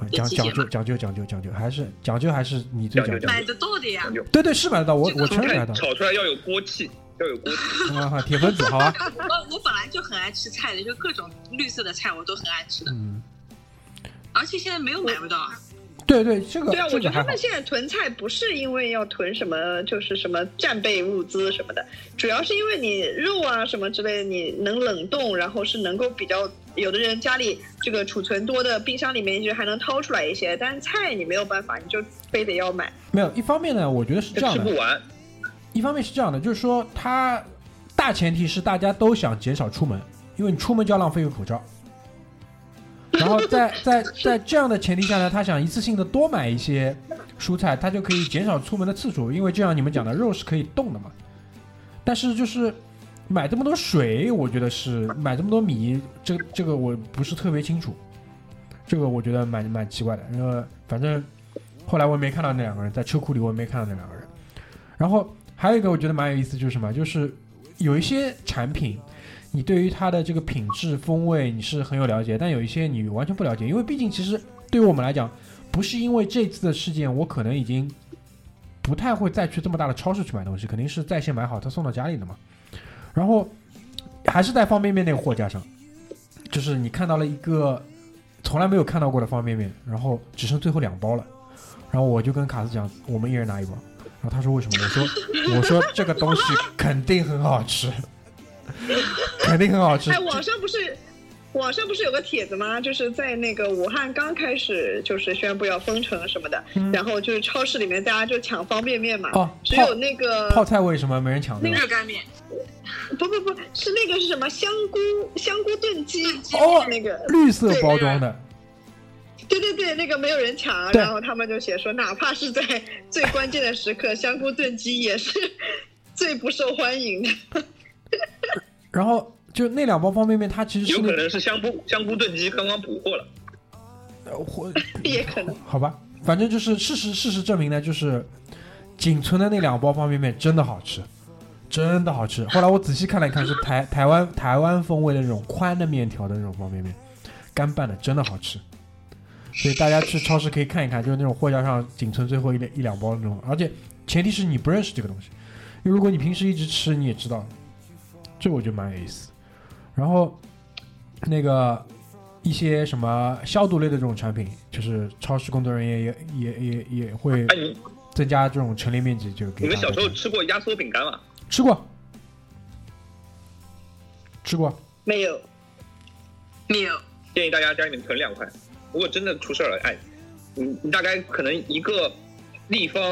Speaker 4: 嗯讲
Speaker 3: 季节
Speaker 4: 讲究
Speaker 3: 嘛
Speaker 4: 讲究讲究讲究，还是讲究还是你最
Speaker 6: 讲
Speaker 4: 讲
Speaker 6: 究
Speaker 4: 究。
Speaker 3: 买得到的呀
Speaker 6: 讲。究
Speaker 4: 对对，是买得到，我我
Speaker 6: 蔬
Speaker 4: 承认买
Speaker 6: 菜
Speaker 4: 得到。
Speaker 6: 炒出来要有锅气，要有锅气。
Speaker 4: 啊，好铁分子，好吧。
Speaker 3: 我我本来就很爱吃菜的，就各种绿色的菜我都很爱吃的，
Speaker 4: 嗯，
Speaker 3: 而且现在没有买不到啊。
Speaker 4: 对对，这个
Speaker 2: 对啊，
Speaker 4: 这
Speaker 2: 我觉得他
Speaker 4: 个还好
Speaker 2: 们。现在囤菜不是因为要囤什么，就是什么战备物资什么的，主要是因为你肉啊什么之类的，你能冷冻，然后是能够比较，有的人家里这个储存多的，冰箱里面就还能掏出来一些，但是菜你没有办法，你就非得要买。
Speaker 4: 没有，一方面呢，我觉得是这样
Speaker 6: 吃不
Speaker 4: 的，
Speaker 6: 完，
Speaker 4: 一方面是这样的，就是说它大前提是大家都想减少出门，因为你出门就要浪费一个口罩。然后在在在这样的前提下呢，他想一次性的多买一些蔬菜，他就可以减少出门的次数，因为就像你们讲的，肉是可以冻的嘛。但是就是买这么多水，我觉得是买这么多米，这这个我不是特别清楚，这个我觉得蛮蛮奇怪的。然后反正后来我也没看到那两个人在车库里，我也没看到那两个人。然后还有一个我觉得蛮有意思，就是什么，就是有一些产品，你对于它的这个品质、风味你是很有了解，但有一些你完全不了解，因为毕竟其实对于我们来讲，不是因为这次的事件，我可能已经不太会再去这么大的超市去买东西，肯定是在线买好，他送到家里的嘛。然后还是在方便面那个货架上，就是你看到了一个从来没有看到过的方便面，然后只剩最后两包了。然后我就跟卡斯讲，我们一人拿一包。然后他说为什么？我说我说这个东西肯定很好吃，肯定很好吃
Speaker 2: 哎，。网上不是网上不是有个帖子吗？就是在那个武汉刚开始就是宣布要封城什么的，
Speaker 4: 嗯
Speaker 2: 然后就是超市里面大家就抢方便面嘛，
Speaker 4: 哦
Speaker 2: 只
Speaker 4: 泡
Speaker 2: 有那个
Speaker 4: 泡菜为什么没人抢？对吧
Speaker 3: 热干面，
Speaker 2: 不不不是那个是什么香菇香菇炖鸡
Speaker 3: 炖鸡
Speaker 4: 哦
Speaker 2: 那个
Speaker 4: 绿色包装的，
Speaker 2: 对对对那个没有人抢，啊
Speaker 4: 对
Speaker 2: 然后他们就写说哪怕是在最关键的时刻，香菇炖鸡也是最不受欢迎的。
Speaker 4: 然后就那两包方便面，它其实是
Speaker 6: 有
Speaker 4: 那嗯
Speaker 6: 可能是香菇香菇炖鸡刚刚补货了。
Speaker 4: 呃或
Speaker 2: 也可能
Speaker 4: 好吧，反正就是事实，事实证明呢，就是仅存的那两包方便面真的好吃，真的好吃。后来我仔细看了一看，是台台湾台湾风味的那种宽的面条的那种方便面，干拌的真的好吃。所以大家去超市可以看一看，就是那种货架上仅存最后一两一两包的那种，而且前提是你不认识这个东西，因为如果你平时一直吃，你也知道，这我觉得蛮有意思。然后那个一些什么消毒类的这种产品，就是超市工作人员也也也也也会
Speaker 6: 哎，你
Speaker 4: 增加这种陈列面积，就给
Speaker 6: 你们
Speaker 4: 大家
Speaker 6: 小时候
Speaker 4: 看
Speaker 6: 吃过压缩饼干吗？
Speaker 4: 吃过，吃过，
Speaker 2: 没有，
Speaker 3: 没有。
Speaker 6: 建议大家家里面囤两块。如果真的出事儿了，哎，你你大概可能一个立方，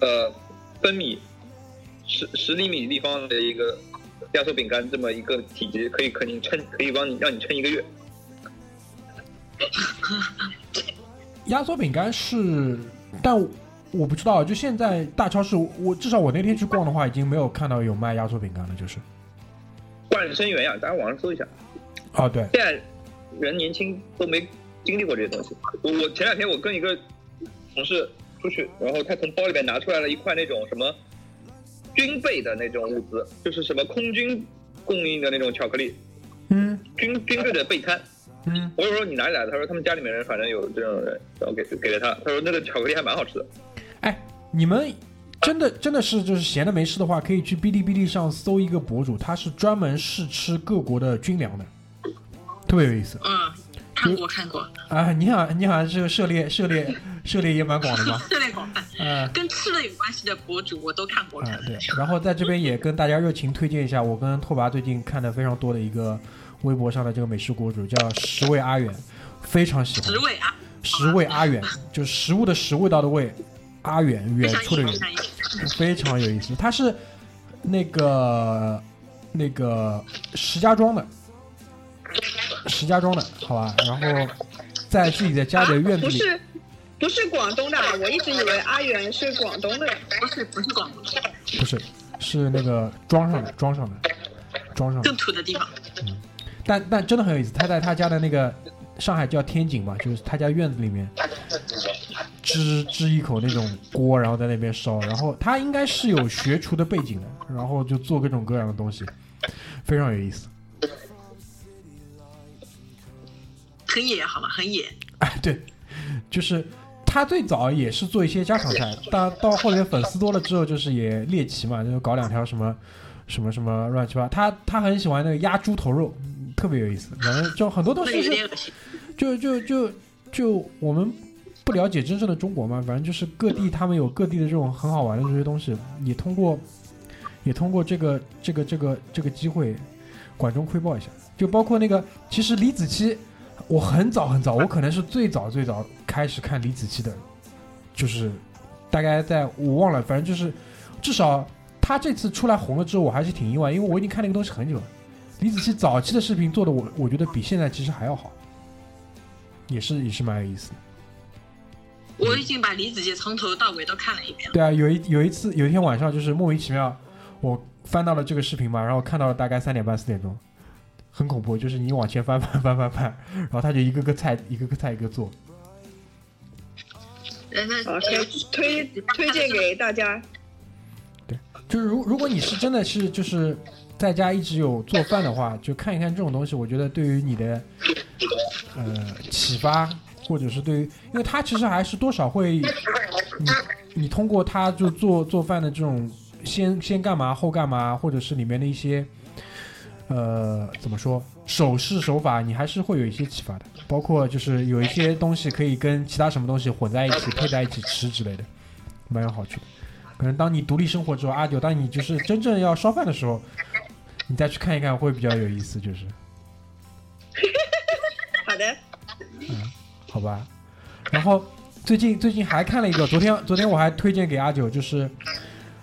Speaker 6: 呃，分米十十厘米立方的一个压缩饼干，这么一个体积，可以可以撑，可以帮你让你撑一个月。
Speaker 4: 压缩饼干是，但我不知道，就现在大超市，我我至少我那天去逛的话，已经没有看到有卖压缩饼干了，就是。
Speaker 6: 冠生园呀，大家网上搜一下。
Speaker 4: 哦，对，
Speaker 6: 现在人年轻都没经历过这些东西。我我前两天我跟一个同事出去，然后他从包里面拿出来了一块那种什么军备的那种物资，就是什么空军供应的那种巧克力，
Speaker 4: 嗯
Speaker 6: 军军队的备餐。
Speaker 4: 嗯，
Speaker 6: 我有时候你哪里来的？他说他们家里面人反正有这种人，然后给给了他。他说那个巧克力还蛮好吃的。
Speaker 4: 哎，你们真的真的是就是闲的没事的话，可以去哔哩哔哩上搜一个博主，他是专门试吃各国的军粮的，特别有意思
Speaker 3: 嗯，看过看过，
Speaker 4: 啊！你好，你好像是涉猎涉猎涉猎也蛮广的嘛，
Speaker 3: 涉猎广泛，
Speaker 4: 嗯、
Speaker 3: 跟吃的有关系的博主我都看过。
Speaker 4: 啊，对，然后在这边也跟大家热情推荐一下，我跟拓跋最近看的非常多的一个微博上的这个美食博主，叫十味阿远，非常喜欢
Speaker 3: 职。位啊，
Speaker 4: 十味阿远，就是食物的食，味道的味，阿远
Speaker 3: 非
Speaker 4: 远
Speaker 3: 常
Speaker 4: 处的
Speaker 3: 硬，
Speaker 4: 远
Speaker 3: 非，常硬。
Speaker 4: 非常有意思。他是那个那个石家庄的，石家庄的，好吧，然后在自己的家里的院子
Speaker 2: 啊不
Speaker 4: 里，
Speaker 2: 是，不是广东的，啊我一直以为阿元是广东的。
Speaker 3: 不是不是广东，
Speaker 4: 不是，是那个庄上的，庄上的，庄上的
Speaker 3: 更。土的地方。
Speaker 4: 但但真的很有意思，他在他家的那个上海叫天井嘛，就是他家院子里面，支支一口那种锅，然后在那边烧，然后他应该是有学厨的背景的，然后就做各种各样的东西，非常有意思。
Speaker 3: 很野好吗？很野，
Speaker 4: 哎，对，就是他最早也是做一些家常菜，但到后面粉丝多了之后，就是也猎奇嘛，就搞两条什么什么什么乱七八，他他很喜欢那个压猪头肉，嗯特别有意思，反正就很多东
Speaker 3: 那
Speaker 4: 西
Speaker 3: 有
Speaker 4: 是。
Speaker 3: 点恶心。
Speaker 4: 就就就就我们不了解真正的中国嘛，反正就是各地他们有各地的这种很好玩的这些东西，也通过也通过这个这个这个这个机会，管中窥豹一下。就包括那个，其实李子柒，我很早很早，我可能是最早最早开始看李子柒的，就是大概在我忘了，反正就是至少他这次出来红了之后，我还是挺意外，因为我已经看那个东西很久了。李子柒早期的视频做的我，我觉得比现在其实还要好。也是也是蛮有意思的。
Speaker 3: 我已经把李子柒从头到尾都看了一遍了。
Speaker 4: 对啊，有一有一次有一天晚上就是莫名其妙，我翻到了这个视频嘛，然后看到了大概三点半四点钟，很恐怖，就是你往前翻翻翻翻翻，然后他就一个个菜一个个菜一个做。
Speaker 3: 呃那
Speaker 2: 好，可以啊推推荐给大家。
Speaker 4: 就是如如果你是真的是就是在家一直有做饭的话，就看一看这种东西，我觉得对于你的呃启发，或者是对于，因为它其实还是多少会你你通过它就做做饭的这种先先干嘛后干嘛，或者是里面的一些呃怎么说手势手法，你还是会有一些启发的。包括就是有一些东西可以跟其他什么东西混在一起配在一起吃之类的，蛮有好处的。可能当你独立生活之后，阿九，当你就是真正要烧饭的时候，你再去看一看会比较有意思，就是
Speaker 2: 好的，
Speaker 4: 好吧。然后最近最近还看了一个，昨天昨天我还推荐给阿九，就是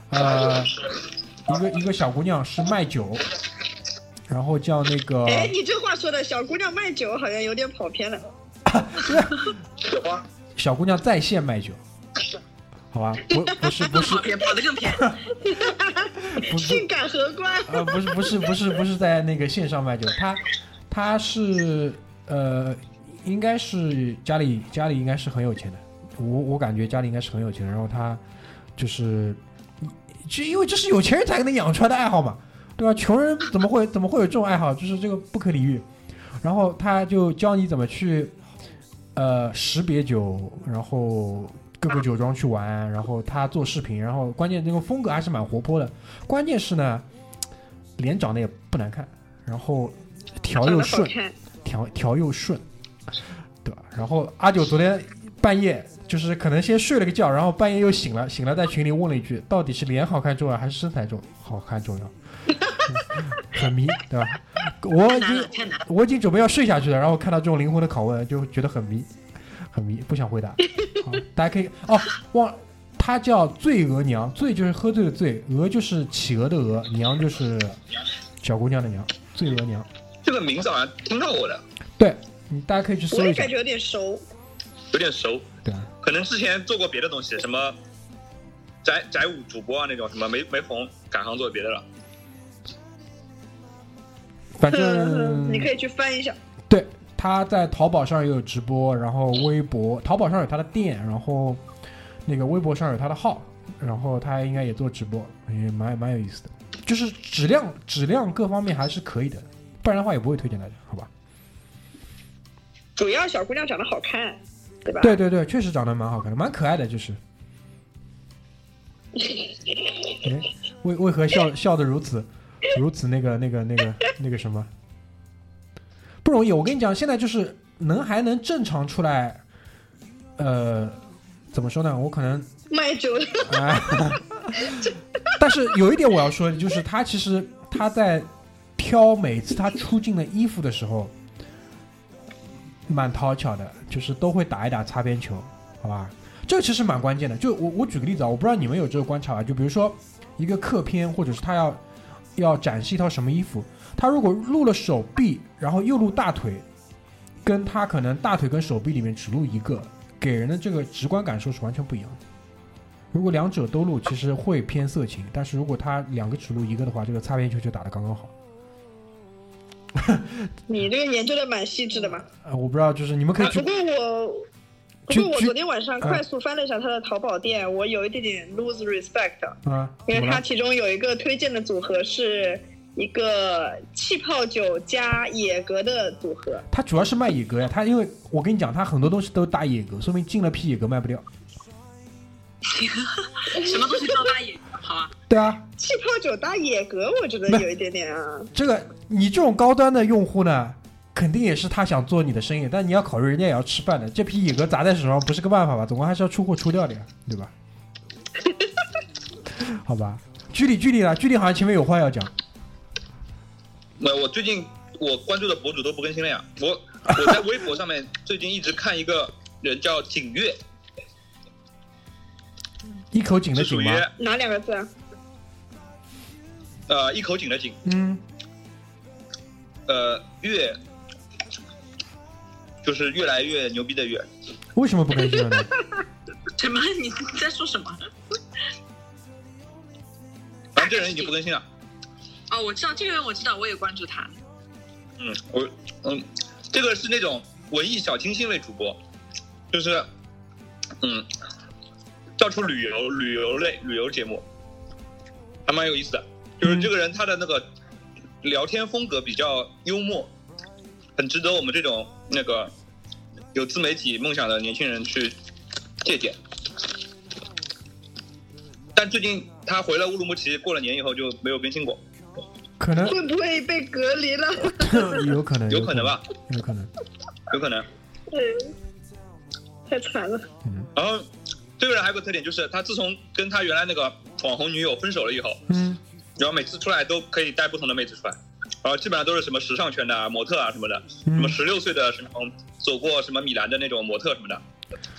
Speaker 4: 呃一个一个小姑娘是卖酒，然后叫那个
Speaker 2: 哎，你这话说的小姑娘卖酒好像有点跑偏了。
Speaker 4: 小姑娘在线卖酒，好吧，不不是不是
Speaker 3: 跑偏，跑得更 偏。
Speaker 4: 不是
Speaker 2: 性感荷官，
Speaker 4: 呃，不是不是不是不是在那个线上卖酒，他他是呃，应该是家里家里应该是很有钱的，我我感觉家里应该是很有钱的，然后他就是，就因为这是有钱人才能养出来的爱好嘛，对吧？穷人怎么会怎么会有这种爱好？就是这个不可理喻。然后他就教你怎么去呃识别酒，然后各个酒庄去玩，然后他做视频，然后关键那个风格还是蛮活泼的，关键是呢。脸长得也不难看，然后调
Speaker 2: 长
Speaker 4: 又
Speaker 2: 得好
Speaker 4: 顺，
Speaker 2: 看。
Speaker 4: 调调又顺，对吧？然后阿九昨天半夜就是可能先睡了个觉，然后半夜又醒了，醒了在群里问了一句，到底是脸好看重要还是身材重好看重要？ 很迷，对吧？我
Speaker 3: 太
Speaker 4: 已
Speaker 3: 难了，
Speaker 4: 经
Speaker 3: 太难了。
Speaker 4: 我已经准备要睡下去了，然后看到这种灵魂的拷问，就觉得很迷，很迷，不想回答。好，大家可以哦，忘，她叫醉鹅娘，醉就是喝醉的醉，鹅就是企鹅的鹅，娘就是小姑娘的娘，醉鹅娘。
Speaker 6: 这个名字好像听到过的，
Speaker 4: 对，你大家可以去
Speaker 2: 我
Speaker 4: 搜
Speaker 2: 也
Speaker 4: 一下
Speaker 2: 感。觉有点熟，
Speaker 6: 有点熟，
Speaker 4: 对啊，
Speaker 6: 可能之前做过别的东西，什么宅宅舞主播啊那种，什么没没红，改行做别的了。
Speaker 4: 反
Speaker 2: 嗯，
Speaker 4: 正
Speaker 2: 你可以去翻一下。
Speaker 4: 对，他在淘宝上也有直播，然后微博，淘宝上有他的店，然后那个微博上有他的号，然后他应该也做直播，也蛮蛮有意思的，就是质量质量各方面还是可以的，不然的话也不会推荐大家，好吧？
Speaker 2: 主要小姑娘长得好看，对吧？
Speaker 4: 对对对，确实长得蛮好看的，蛮可爱的，就是。哎，为为何笑笑的如此如此那个那个那个那个什么？不容易，我跟你讲，现在就是能还能正常出来，呃，怎么说呢？我可能
Speaker 2: 卖酒的
Speaker 4: 哎，但是有一点我要说的就是，他其实他在挑每次他出镜的衣服的时候，蛮讨巧的，就是都会打一打擦边球，好吧？这其实蛮关键的。就我我举个例子啊，我不知道你们有这个观察吧？就比如说一个客片，或者是他要要展示一套什么衣服，他如果露了手臂，然后又露大腿，跟他可能大腿跟手臂里面只露一个，给人的这个直观感受是完全不一样的。如果两者都露，其实会偏色情；但是如果他两个只露一个的话，这个擦边球就打得刚刚好。
Speaker 2: 你这个研究的蛮细致的嘛。
Speaker 4: 呃，我不知道，就是你啊们可以
Speaker 2: 不
Speaker 4: 去
Speaker 2: 过我，不
Speaker 4: 去
Speaker 2: 过我
Speaker 4: 去
Speaker 2: 昨天晚上快速翻了一下他的淘宝店，我有一点点 lose respect，
Speaker 4: 啊，
Speaker 2: 因
Speaker 4: 怎
Speaker 2: 为
Speaker 4: 么
Speaker 2: 它
Speaker 4: 了？
Speaker 2: 其中有一个推荐的组合是一个气泡酒加野格的组合。
Speaker 4: 他主要是卖野格呀，他因为我跟你讲，他很多东西都打野格，说明进了批野格卖不掉。
Speaker 3: 什么东西都搭眼，好吧？
Speaker 4: 对啊，
Speaker 2: 气泡酒搭野格，我觉得
Speaker 4: 不
Speaker 2: 有一点点啊。
Speaker 4: 这个你这种高端的用户呢，肯定也是他想做你的生意，但你要考虑人家也要吃饭的，这批野格砸在手上不 是个办法吧？总归还是要出货出掉的呀，对 吧？好吧，居里居里了，居里好像前面有话要讲。
Speaker 6: 那我最近我关注的博主都不更新了呀。我我在微博上面最近一直看一个人叫景月，
Speaker 4: 一口井的
Speaker 6: 是
Speaker 4: 井
Speaker 6: 属于
Speaker 4: 吗？
Speaker 2: 哪两个字啊？
Speaker 6: 呃一口井的井，
Speaker 4: 嗯，
Speaker 6: 呃月就是越来越牛逼的月。
Speaker 4: 为什么不更新了呢？
Speaker 3: 什么？你你在说什么？
Speaker 6: 反正这人已经不更新了。
Speaker 3: 哦，我知道这个人，我知道，我也关注他。
Speaker 6: 嗯，我嗯，这个是那种文艺小清新类主播，就是嗯，到处旅游旅游类旅游节目，还蛮有意思的。就是这个人他的那个聊天风格比较幽默，很值得我们这种那个有自媒体梦想的年轻人去借鉴。但最近他回了乌鲁木齐，过了年以后就没有更新过，
Speaker 4: 可 能
Speaker 2: 会不会被隔离 了？
Speaker 4: 有可能，
Speaker 6: 有可能吧，
Speaker 4: 有可能。
Speaker 6: 有可能。
Speaker 2: 嗯，太惨了。
Speaker 4: 嗯
Speaker 6: 然后这个人还有个特点，就是他自从跟他原来那个网红女友分手了以后，
Speaker 4: 嗯，
Speaker 6: 然后每次出来都可以带不同的妹子出来，然后基本上都是什么时尚圈的啊、模特啊什么的，什么
Speaker 4: 嗯，
Speaker 6: 十六岁的什么走过什么米兰的那种模特什么的，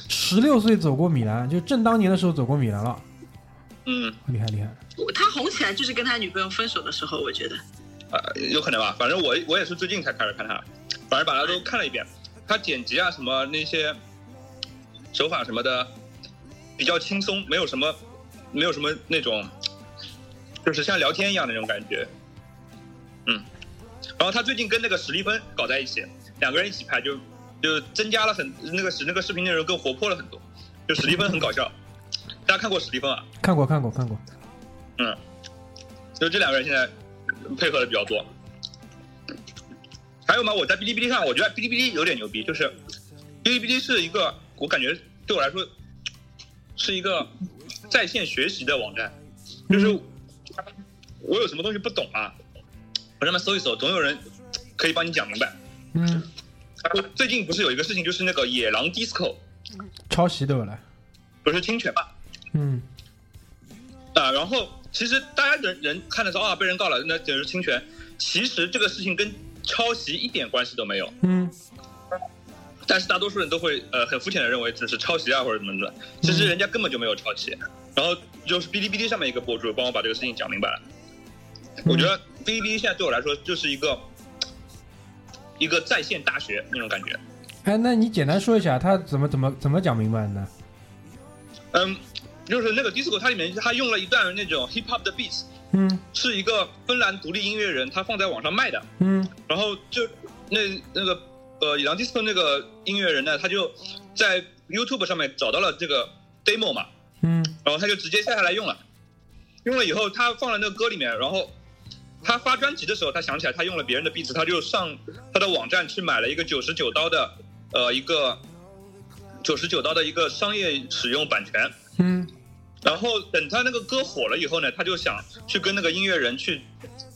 Speaker 4: 十六岁走过米兰，就正当年的时候走过米兰了，
Speaker 6: 嗯，
Speaker 4: 厉害厉害。
Speaker 3: 我他红起来就是跟他女朋友分手的时候，我觉得
Speaker 6: 呃，有可能吧，反正我我也是最近才开始看他，反正把他都看了一遍，他剪辑啊什么那些手法什么的比较轻松，没有什么没有什么那种就是像聊天一样的那种感觉，嗯，然后他最近跟那个史蒂芬搞在一起，两个人一起拍就就增加了很那个使那个视频内容更活泼了很多，就史蒂芬很搞笑，大家看过史蒂芬啊？
Speaker 4: 看过看过看过，
Speaker 6: 就这两个人现在配合的比较多。还有吗？我在哔哩哔哩上，我觉得哔哩哔哩有点牛逼，就是哔哩哔哩是一个，我感觉对我来说是一个在线学习的网站，就是我有什么东西不懂啊，我上面搜一搜，总有人可以帮你讲明白。
Speaker 4: 嗯，
Speaker 6: 最近不是有一个事情，就是那个野狼 disco，
Speaker 4: 抄袭对不啦？
Speaker 6: 不是侵权嘛？
Speaker 4: 嗯，
Speaker 6: 啊，然后其实大家人人看的时候啊，被人告了，那简直是侵权。其实这个事情跟抄袭一点关系都没有，
Speaker 4: 嗯，
Speaker 6: 但是大多数人都会呃很肤浅的认为只是抄袭啊或者怎么怎么的，其实人家根本就没有抄袭。然后就是哔哩哔哩上面一个博主帮我把这个事情讲明白了。我觉得哔哩哔哩现在对我来说就是一个一个在线大学那种感觉。
Speaker 4: 哎，那你简单说一下他怎么怎么怎么讲明白的呢？
Speaker 6: 嗯，就是那个 disco 它里面它用了一段那种 hip hop 的 beats，
Speaker 4: 嗯
Speaker 6: 是一个芬兰独立音乐人他放在网上卖的。
Speaker 4: 嗯
Speaker 6: 然后就那那个呃，杨迪斯科那个音乐人呢，他就在 YouTube 上面找到了这个 demo 嘛，
Speaker 4: 嗯
Speaker 6: 然后他就直接下下来用了，用了以后他放了那个歌里面，然后他发专辑的时候，他想起来他用了别人的壁纸，他就上他的网站去买了一个九十九刀的呃一个九十九刀的一个商业使用版权，
Speaker 4: 嗯，
Speaker 6: 然后等他那个歌火了以后呢，他就想去跟那个音乐人去，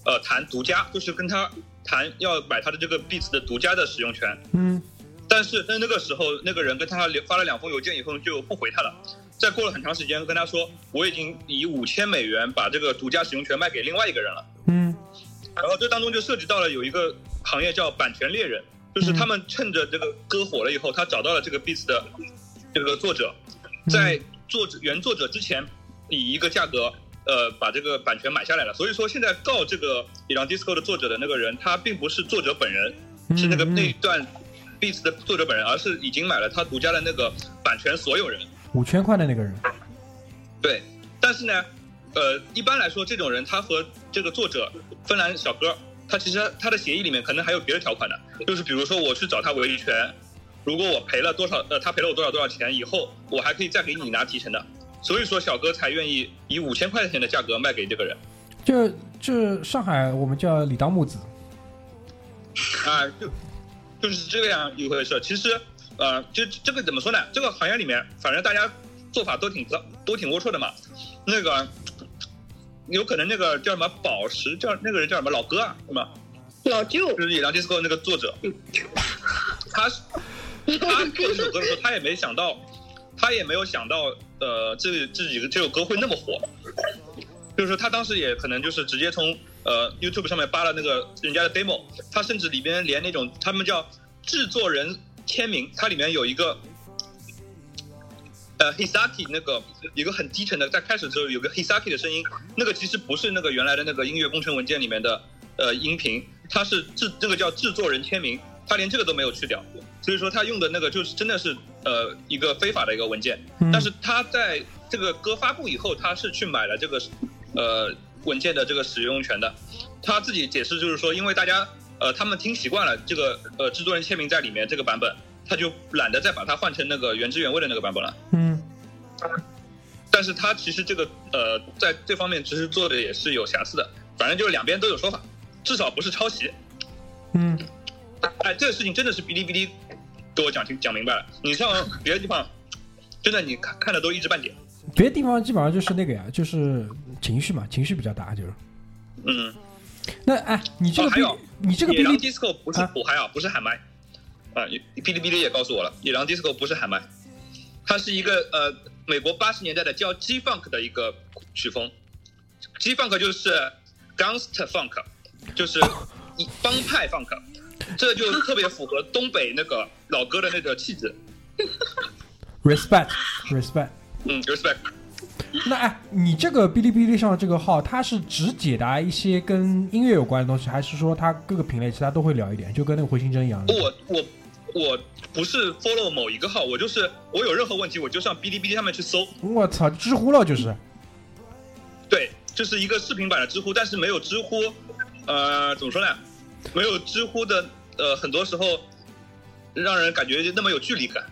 Speaker 6: 呃，谈独家，就是跟他谈要买他的这个 beats 的独家的使用权。
Speaker 4: 嗯，
Speaker 6: 但是在那个时候，那个人跟他留发了两封邮件以后就不回他了。再过了很长时间，跟他说我已经以五千美元把这个独家使用权卖给另外一个人了。
Speaker 4: 嗯，
Speaker 6: 然后这当中就涉及到了有一个行业叫版权猎人，就是他
Speaker 4: 嗯
Speaker 6: 们趁着这个歌火了以后，他找到了这个 beats 的这个作者，
Speaker 4: 嗯
Speaker 6: 在作者原作者之前以一个价格，呃，把这个版权买下来了。所以说现在告这个《野狼 disco》的作者的那个人，他并不是作者本人，是那个
Speaker 4: 嗯嗯
Speaker 6: 那一段 beats 的作者本人，而是已经买了他独家的那个版权所有人。
Speaker 4: 五千块的那个人，
Speaker 6: 对，但是呢，呃，一般来说，这种人他和这个作者芬兰小哥，他其实他的协议里面可能还有别的条款的，就是比如说我去找他维权，如果我赔了多少，呃，他赔了我多少多少钱，以后我还可以再给你拿提成的。所以说，小哥才愿意以五千块钱的价格卖给这个人
Speaker 4: 就就上海我们叫李当木子，
Speaker 6: 啊，就就是这样一回事。其实，呃，就这个怎么说呢？这个行业里面，反正大家做法都挺糟，都挺龌龊的嘛。那个有可能那个叫什么宝石，叫那个人叫什么老哥啊，是吗？
Speaker 2: 老舅
Speaker 6: 就是《野狼 disco》那个作者，他是他做这首歌的时候，他也没想到，他也没有想到，呃，这这几个这首歌会那么火。就是说他当时也可能就是直接从呃 YouTube 上面扒了那个人家的 demo，他甚至里边连那种他们叫制作人签名，它里面有一个呃 Hisaki 那个一个很低沉的，在开始之后有个 Hisaki 的声音，那个其实不是那个原来的那个音乐工程文件里面的呃音频，它是制那个叫制作人签名，他连这个都没有去掉，所以说他用的那个就是真的是呃一个非法的一个文件，
Speaker 4: 嗯
Speaker 6: 但是他在这个歌发布以后，他是去买了这个呃文件的这个使用权的，他自己解释就是说，因为大家呃他们听习惯了这个呃制作人签名在里面这个版本，他就懒得再把它换成那个原汁原味的那个版本了。
Speaker 4: 嗯
Speaker 6: 但是他其实这个呃，在这方面其实做的也是有瑕疵的，反正就是两边都有说法，至少不是抄袭。
Speaker 4: 嗯，
Speaker 6: 哎，这个事情真的是哔哩哔哩给我讲清讲明白了，你上别的地方，真的你看看的都一知半解。
Speaker 4: 别的地方基本上就是那个呀，就是情绪嘛，情绪比较大就是。
Speaker 6: 嗯，
Speaker 4: 那哎，你这个
Speaker 6: 哦还
Speaker 4: 哔、
Speaker 6: 有
Speaker 4: 你这个
Speaker 6: 野
Speaker 4: 哔
Speaker 6: 狼
Speaker 4: 哩
Speaker 6: disco 不是
Speaker 4: 啊
Speaker 6: 虎嗨啊，不是喊麦啊，哔哩哔哩也告诉我了，野狼 disco 不是喊麦，它是一个呃美国八十年代的叫 G funk 的一个曲风，G funk 就是 gangster funk，就是一帮派 funk，这就特别符合东北那个老哥的那个气质。
Speaker 4: respect respect，
Speaker 6: 嗯，respect。
Speaker 4: 那哎，你这个哔哩哔哩上的这个号，它是只解答一些跟音乐有关的东西，还是说它各个品类其他都会聊一点，就跟那个回形针一样的？
Speaker 6: 我我我不是 follow 某一个号，我就是我有任何问题我就上哔哩哔哩上面去搜，
Speaker 4: 我操，知乎了就是。
Speaker 6: 对，就是一个视频版的知乎，但是没有知乎，呃，怎么说呢？没有知乎的，呃，很多时候让人感觉那么有距离感。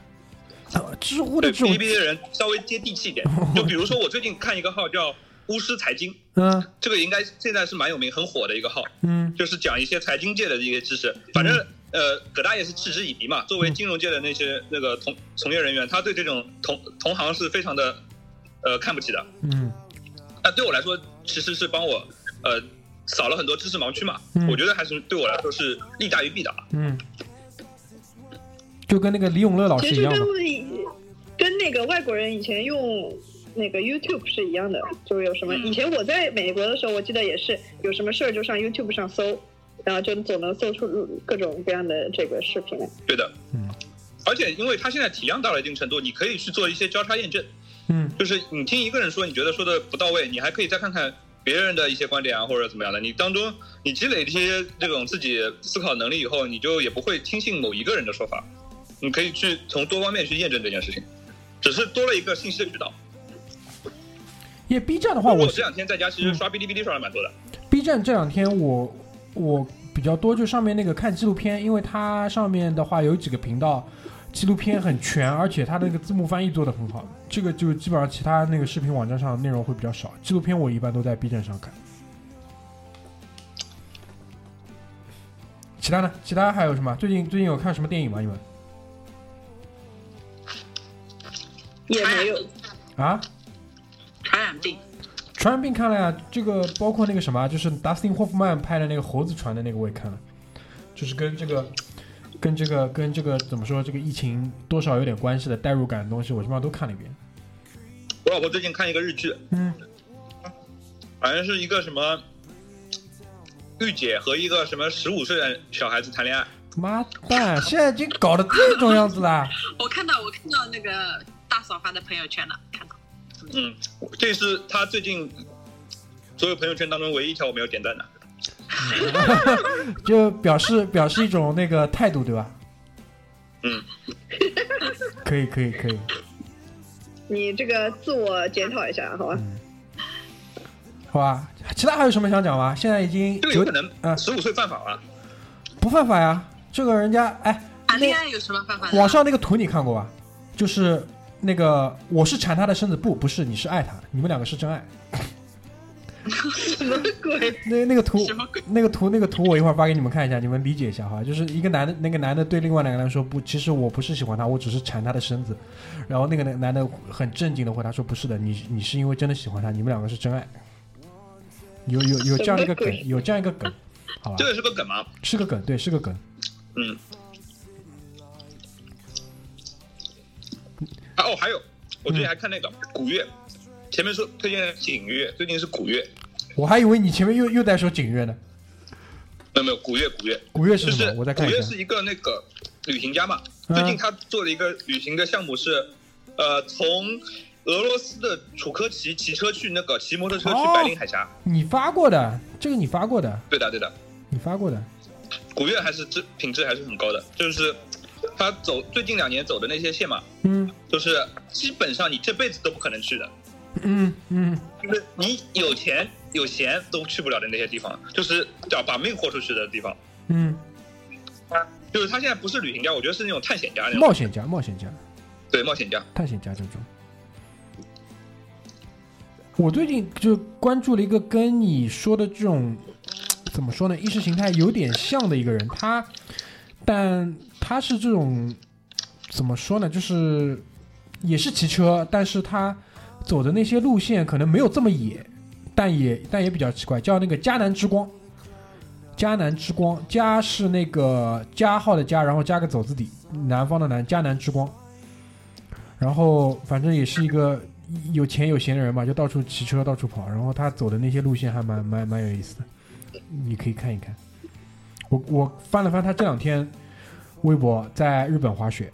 Speaker 4: 操呃知乎的
Speaker 6: 对
Speaker 4: 这种
Speaker 6: 哔哩哔，哩的人稍微接地 气一点。就比如说，我最近看一个号叫巫师财经，
Speaker 4: 嗯
Speaker 6: 这个应该现在是蛮有名、很火的一个号，
Speaker 4: 嗯
Speaker 6: 就是讲一些财经界的一些知识。反正呃，葛大爷是嗤之以鼻嘛。作为金融界的那些那个从从业人员，他对这种同同行是非常的呃看不起的。
Speaker 4: 嗯
Speaker 6: 那对我来说，其实是帮我呃扫了很多知识盲区嘛。
Speaker 4: 嗯
Speaker 6: 我觉得还是对我来说是利大于弊的。
Speaker 4: 嗯，就跟那个李永乐老
Speaker 2: 其
Speaker 4: 师
Speaker 2: 实
Speaker 4: 哦
Speaker 2: 就
Speaker 4: 一样的。
Speaker 2: 跟跟那个外国人以前用那个 YouTube 是一样的，就是有什么
Speaker 6: 嗯
Speaker 2: 以前我在美国的时候，我记得也是有什么事儿就上 YouTube 上搜，然后就总能搜出各种各样的这个视频来。
Speaker 6: 对的，
Speaker 4: 嗯。
Speaker 6: 而且，因为它现在体量到了一定程度，你可以去做一些交叉验证，
Speaker 4: 嗯
Speaker 6: 就是你听一个人说你觉得说的不到位，你还可以再看看别人的一些观点啊，或者怎么样的。你当中你积累一些这种自己思考能力以后，你就也不会听信某一个人的说法，你可以去从多方面去验证这件事情，只是多了一个信息的渠道。哦
Speaker 4: 因为 B 站的话，
Speaker 6: 我
Speaker 4: 我嗯
Speaker 6: 这两天在家其实刷哔哩哔哩刷了蛮多的，
Speaker 4: B 站这两天我我比较多，就上面那个看纪录片，因为它上面的话有几个频道，纪录片很全，而且它那个字幕翻译做的很好。这个就基本上其他那个视频网站上内容会比较少，纪录片我一般都在 B 站上看。其他呢？其他还有什么？最近最近有看什么电影吗？你们
Speaker 2: 也没有。
Speaker 4: 啊？
Speaker 3: 传染病，
Speaker 4: 传染病看了呀，这个包括那个什么，就是达斯汀霍夫曼拍的那个猴子船的那个我也看了，就是跟这个、跟这个、跟这个怎么说，这个疫情多少有点关系的代入感的东西，我基本上都看了一遍。
Speaker 6: 我老婆最近看一个日剧，
Speaker 4: 嗯，
Speaker 6: 好像是一个什么御姐和一个什么十五岁的小孩子谈恋爱。
Speaker 4: 妈蛋，现在已经搞得这种样子啦！
Speaker 3: 我看到我看到那个大嫂发的朋友圈了，看到
Speaker 6: 嗯，这是她最近所有朋友圈当中唯一一条我没有点赞的。
Speaker 4: 就表示表示一种那个态度，对吧？
Speaker 6: 嗯，
Speaker 4: 可以可以可以，
Speaker 2: 你这个自我检讨一下，好
Speaker 4: 嗯
Speaker 2: 吧？
Speaker 4: 好吧。其他还有什么想讲吗？现在已经
Speaker 6: 这个
Speaker 4: 九
Speaker 6: 有可
Speaker 4: 啊
Speaker 6: 能十五岁犯法了，
Speaker 4: 不犯法呀，这个人家哎，
Speaker 3: 谈
Speaker 4: 那
Speaker 3: 恋爱有什么办法呢？
Speaker 4: 网上那个图你看过吧？就是那个我是馋他的身子，不，不是，你是爱他，你们两个是真爱。
Speaker 2: 什么鬼？
Speaker 4: 那那个图
Speaker 3: 什么鬼，
Speaker 4: 那个图，那个图，我一会儿发给你们看一下，你们理解一下哈。就是一个男的，那个男的对另外两个男说不，其实我不是喜欢他，我只是馋他的身子。然后那个男男的很正经的回答说，不是的，你你是因为真的喜欢他，你们两个是真爱。有有有这样一个
Speaker 2: 什么
Speaker 4: 梗，有这样一个梗，好吧
Speaker 6: 这，个是个梗吗？
Speaker 4: 是个梗，对，是个梗。
Speaker 6: 嗯。啊哦，还有，我
Speaker 4: 嗯
Speaker 6: 最近还看那个古月，前面说推荐的是影月，最近是古月，
Speaker 4: 我还以为你前面又又在说景月呢，
Speaker 6: 没有没有古月古月，
Speaker 4: 古月
Speaker 6: 就是
Speaker 4: 什
Speaker 6: 是
Speaker 4: 么？我再
Speaker 6: 古
Speaker 4: 看一
Speaker 6: 月
Speaker 4: 下
Speaker 6: 是。一个那个旅行家嘛，
Speaker 4: 嗯
Speaker 6: 最近他做了一个旅行的项目是，呃，从俄罗斯的楚科奇骑车去那个骑摩托车去
Speaker 4: 哦
Speaker 6: 白令海峡，
Speaker 4: 你发过的，这个你发过的，
Speaker 6: 对的对的，
Speaker 4: 你发过的。
Speaker 6: 古月还是质品质还是很高的，就是他走最近两年走的那些线嘛，
Speaker 4: 嗯
Speaker 6: 就是基本上你这辈子都不可能去的，
Speaker 4: 嗯嗯，
Speaker 6: 就是你有钱有闲都去不了的那些地方，就是叫把命豁出去的地方。
Speaker 4: 嗯，
Speaker 6: 就是他现在不是旅行家，我觉得是那种探险家那种，
Speaker 4: 冒险家，冒险家，
Speaker 6: 对冒险家。
Speaker 4: 探险家这种。我最近就关注了一个跟你说的这种，怎么说呢，意识形态有点像的一个人，他，但他是这种，怎么说呢，就是也是骑车，但是他走的那些路线可能没有这么野，但也但也比较奇怪，叫那个迦南之光。迦南之光，迦是那个加号的加，然后加个走字底，南方的南，迦南之光。然后反正也是一个有钱有闲的人嘛，就到处骑车到处跑。然后他走的那些路线还蛮蛮蛮有意思的，你可以看一看。我我翻了翻他这两天微博在日本滑雪，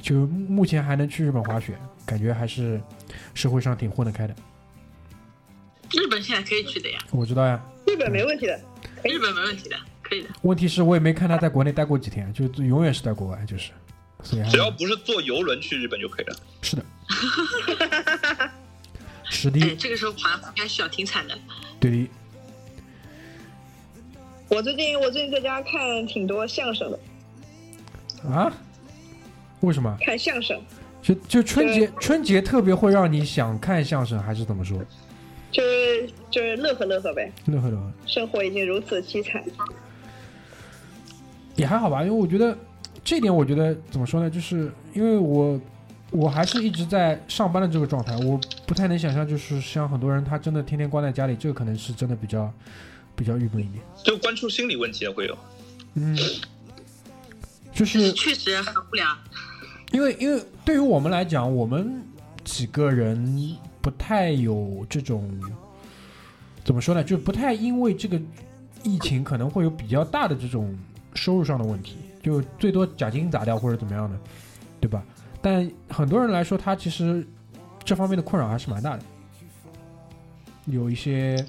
Speaker 4: 就目前还能去日本滑雪，感觉还是社会上挺混得开的。
Speaker 3: 日本现在可以去的呀，
Speaker 4: 我知道呀，
Speaker 2: 日本没问题的，
Speaker 3: 日本没问题的，可以的。
Speaker 4: 问题是我也没看他在国内待过几天，就就永远是在国外，就是，所以还
Speaker 6: 只要不是坐游轮去日本就可以了。
Speaker 4: 是的， 史
Speaker 3: 哎，
Speaker 4: 迪
Speaker 3: 这个时候好像开始挺惨的。
Speaker 2: 嗯
Speaker 4: 对的，
Speaker 2: 我最近我最近在家看挺多相声的，
Speaker 4: 啊？为什么？
Speaker 2: 看相声
Speaker 4: 就就春节春节特别会让你想看相声，还是怎么说？
Speaker 2: 就是就是乐呵乐呵呗，
Speaker 4: 乐呵乐呵
Speaker 2: 生活已经如此凄惨。
Speaker 4: 也还好吧，因为我觉得这点，我觉得怎么说呢？就是因为我我还是一直在上班的这个状态，我不太能想象，就是像很多人他真的天天关在家里，这个可能是真的比较比较郁闷一点。
Speaker 6: 就关注心理问题的会有。
Speaker 4: 嗯，就是
Speaker 3: 确实很无聊。
Speaker 4: 因为因为对于我们来讲，我们几个人不太有这种怎么说呢，就不太因为这个疫情可能会有比较大的这种收入上的问题，就最多奖金砸掉或者怎么样的，对吧？但很多人来说，他其实这方面的困扰还是蛮大的，有一些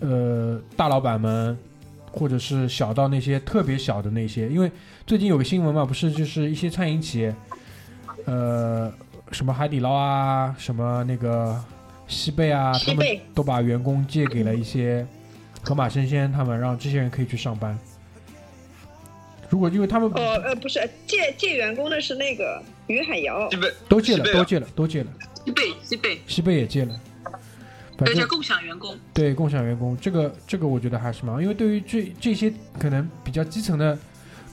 Speaker 4: 呃大老板们，或者是小到那些特别小的那些，因为最近有个新闻嘛，不是就是一些餐饮企业，呃，什么海底捞啊，什么那个西贝啊，
Speaker 2: 西
Speaker 4: 他们
Speaker 2: 贝
Speaker 4: 都把员工借给了一些盒马生鲜，他们让这些人可以去上班。如果因为他们
Speaker 2: 哦呃不是借借员工的是那个于海瑶
Speaker 6: 基，本
Speaker 4: 都借了，
Speaker 6: 西贝啊
Speaker 4: 都借了，都借了，
Speaker 3: 西贝西贝，
Speaker 4: 西贝也借了，反
Speaker 3: 而且
Speaker 4: 正
Speaker 3: 共享员工，
Speaker 4: 对共享员工这个这个我觉得还是蛮好，因为对于这这些可能比较基层的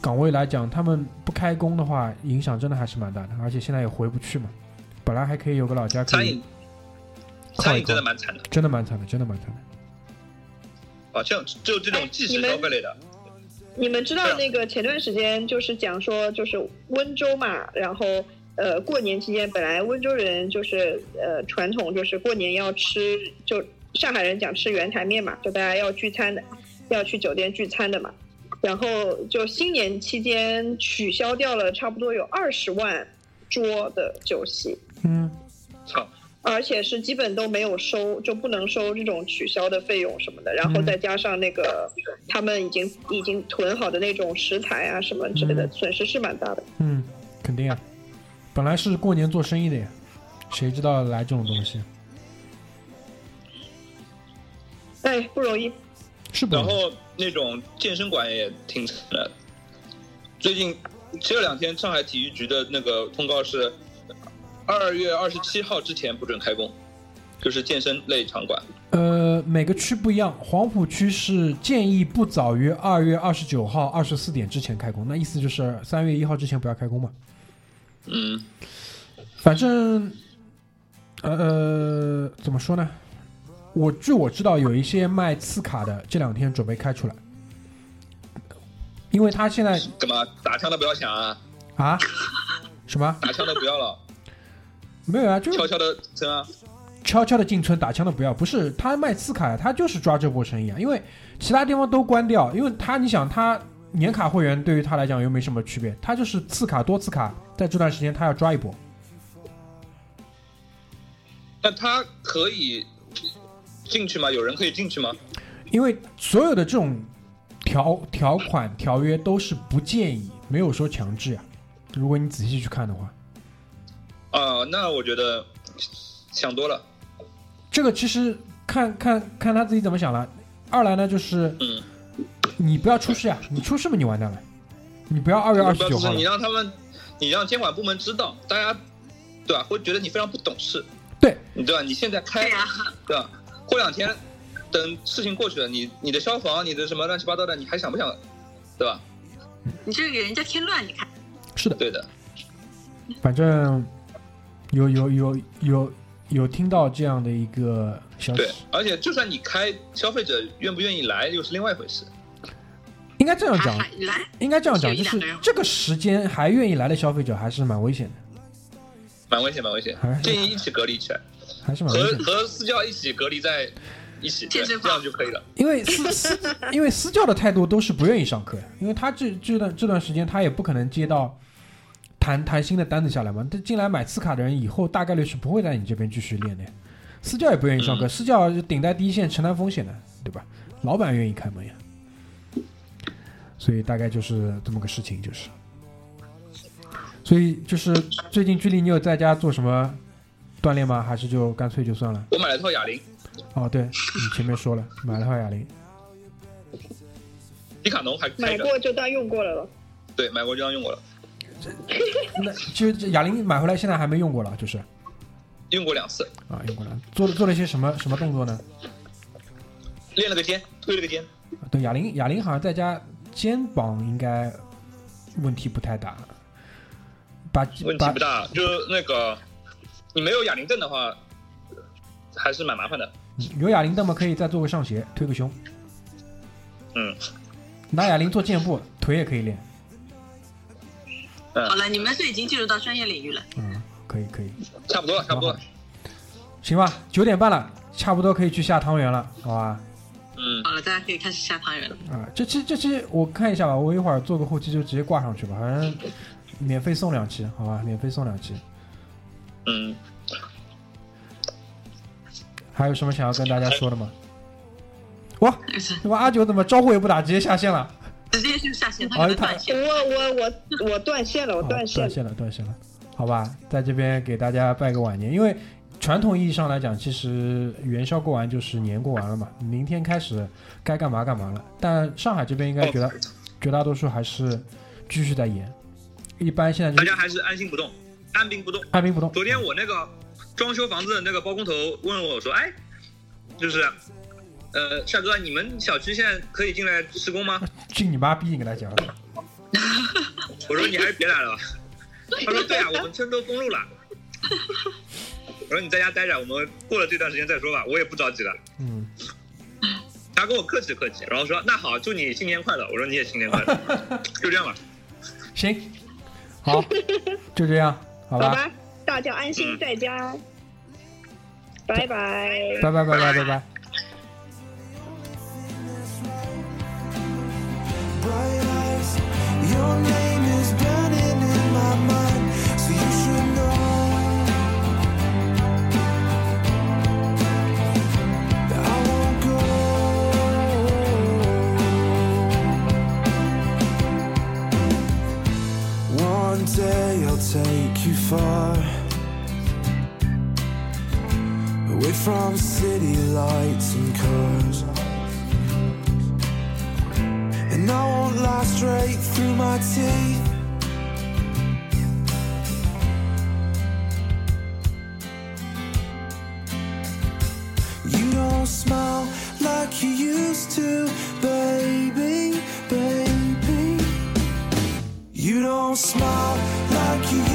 Speaker 4: 岗位来讲，他们不开工的话，影响真的还是蛮大的，而且现在也回不去嘛，本来还可以有个老家可
Speaker 6: 餐
Speaker 4: 以
Speaker 6: 饮，
Speaker 4: 靠一
Speaker 6: 餐饮真的
Speaker 4: 靠
Speaker 6: 蛮惨的
Speaker 4: 真的蛮惨的，真的蛮惨的。
Speaker 6: 啊，像就这种即时消费类的，
Speaker 2: 你们知
Speaker 6: 对
Speaker 2: 道
Speaker 6: 啊
Speaker 2: 那个前段时间就是讲说就是温州嘛，然后呃过年期间本来温州人就是呃传统就是过年要吃就上海人讲吃圆台面嘛，就大家要聚餐的，要去酒店聚餐的嘛，然后就新年期间取消掉了差不多有二十万桌的酒席，
Speaker 4: 嗯，
Speaker 6: 操，
Speaker 2: 而且是基本都没有收，就不能收这种取消的费用什么的。然后
Speaker 4: 嗯
Speaker 2: 再加上那个他们已经已经囤好的那种食材啊什么之类的，
Speaker 4: 嗯
Speaker 2: 损失是蛮大的。
Speaker 4: 嗯，肯定啊，本来是过年做生意的呀，谁知道来这种东西，
Speaker 2: 哎，不容易。
Speaker 4: 是不
Speaker 6: 然
Speaker 4: 容易？
Speaker 6: 后那种健身馆也挺惨的。最近这两天上海体育局的那个通告是，二月二十七号之前不准开工，就是健身类场馆。
Speaker 4: 呃，每个区不一样，黄浦区是建议不早于二月二十九号二十四点之前开工，那意思就是三月一号之前不要开工嘛。
Speaker 6: 嗯，
Speaker 4: 反正，呃呃，怎么说呢？我据我知道，有一些卖次卡的，这两天准备开出来，因为他现在
Speaker 6: 干嘛打枪都不要响啊，
Speaker 4: 啊，什么
Speaker 6: 打枪都不要了，
Speaker 4: 没有啊，就是
Speaker 6: 悄悄的升啊。
Speaker 4: 悄悄的进村打枪的不要，不是他卖次卡，他就是抓这波生意啊，因为其他地方都关掉，因为他你想他年卡会员对于他来讲又没什么区别，他就是次卡多次卡，在这段时间他要抓一波，
Speaker 6: 那他可以进去吗？有人可以进去吗？
Speaker 4: 因为所有的这种条条款条约都是不建议，没有说强制啊呀、如果你仔细去看的话，
Speaker 6: 啊、那我觉得想多了。
Speaker 4: 这个其实看看看他自己怎么想了。二来呢，就是
Speaker 6: 嗯，
Speaker 4: 你不要出事呀、啊你出事嘛你完蛋了，你不要二月二十九号
Speaker 6: 你
Speaker 4: 了。
Speaker 6: 让他们，你让监管部门知道，大家对吧？会觉得你非常不懂事，
Speaker 4: 对，
Speaker 6: 你对吧？你现在开
Speaker 3: 对，呀、
Speaker 6: 对吧？过两天等事情过去了，你你的消防，你的什么乱七八糟的，你还想不想？对吧？
Speaker 3: 你这给人家添乱，你看，
Speaker 4: 是的。
Speaker 6: 对的，
Speaker 4: 反正有有有有有听到这样的一个消息
Speaker 6: 对，。而且就算你开，消费者愿不愿意来又是另外一回事。
Speaker 4: 应该这样
Speaker 3: 还
Speaker 4: 讲，
Speaker 3: 还来，
Speaker 4: 应该这样讲，
Speaker 3: 有一
Speaker 4: 就
Speaker 3: 两
Speaker 4: 是
Speaker 3: 个人
Speaker 4: 这个时间还愿意来的消费者还是蛮危险的，
Speaker 6: 蛮危险，蛮危险
Speaker 4: 哎，
Speaker 6: 建议一起隔离起来，
Speaker 4: 还是蛮危
Speaker 6: 和
Speaker 4: 险的。
Speaker 6: 和私教一起隔离在一起，对
Speaker 3: 健身
Speaker 6: 这
Speaker 3: 房
Speaker 6: 样就可以了。
Speaker 4: 因为私私，因为私教的态度都是不愿意上课呀，因为他这这段这段时间他也不可能接到谈谈新的单子下来嘛。他进来买次卡的人以后大概率是不会在你这边继续练的呀，私教也不愿意上课，私教就顶在第一线承担风险的，对吧？老板愿意开门呀，所以大概就是这么个事情，就是。所以就是最近距离你有在家做什么锻炼吗？还是就干脆就算了？
Speaker 6: 我买了套哑铃，
Speaker 4: 哦，对你前面说了，买了套哑铃。
Speaker 6: 迪卡侬还开
Speaker 2: 买
Speaker 6: 着，
Speaker 2: 过就当用过了咯。
Speaker 6: 对，买过就当用过了，
Speaker 4: 那就这哑铃买回来现在还没用过了，就是
Speaker 6: 用过两次，
Speaker 4: 啊，用过了。做了做了一些什么什么动作呢？
Speaker 6: 练了个肩，推了个肩，
Speaker 4: 对，哑铃哑铃好像在家肩膀应该问题不太大，把
Speaker 6: 问题
Speaker 4: 把
Speaker 6: 不大。就那个，你没有哑铃凳的话，还是蛮麻烦的。
Speaker 4: 嗯有哑铃凳嘛，可以再做个上斜，推个胸。
Speaker 6: 嗯，
Speaker 4: 拿哑铃做箭步，腿也可以练。
Speaker 3: 好了，你们是已经进入到专业领域了，
Speaker 4: 嗯，可以可以，
Speaker 6: 差不多了，差不多了。
Speaker 4: 行吧，九点半了，差不多可以去下汤圆了，好吧？
Speaker 6: 嗯，
Speaker 3: 好了，大家可以开始下汤圆了。
Speaker 4: 啊，这期这期我看一下吧，我一会儿做个后期就直接挂上去吧，反正免费送两期，好吧？免费送两期。
Speaker 6: 嗯，
Speaker 4: 还有什么想要跟大家说的吗？哇，他妈阿九怎么招呼也不打，直接下线了？
Speaker 3: 直接就下线，他
Speaker 4: 哦
Speaker 3: 可能
Speaker 4: 他
Speaker 3: 断线。
Speaker 2: 我我我我断线了，我
Speaker 4: 哦
Speaker 2: 断线
Speaker 4: 断
Speaker 2: 了。
Speaker 4: 线了，断线了。好吧，在这边给大家拜个晚年，因为传统意义上来讲，其实元宵过完就是年过完了嘛，明天开始该干嘛干嘛了。但上海这边应该绝大、绝大多数还是继续在演。一般现在
Speaker 6: 大
Speaker 4: 就是
Speaker 6: 家还是安心不动，按兵不动。
Speaker 4: 按兵不动。
Speaker 6: 昨天我那个装修房子的那个包工头问我说：“哎，就是，呃，夏哥，你们小区现在可以进来施工吗
Speaker 4: 进你妈逼！你跟他讲，？”
Speaker 6: 我说：“你还是别来了吧。”他说：“对啊，我们村都封路了。”我说：“你在家待着，我们过了这段时间再说吧，我也不着急了。
Speaker 4: 嗯，”
Speaker 6: 他跟我客气客气，然后说：“那好，祝你新年快乐。”我说：“你也新年快乐。”就这样吧。
Speaker 4: 行，好，就这样，好
Speaker 2: 好
Speaker 4: 吧，
Speaker 2: 吧，大家安心在家，拜拜。
Speaker 4: 拜拜拜拜拜拜。
Speaker 1: bright eyes. Your name is burning in my mind, so you should know that I won't go. One day I'll take you far. Away from city lights and cars. And I won't lie straight through my teeth. You don't smile like you used to, baby, baby. You don't smile like you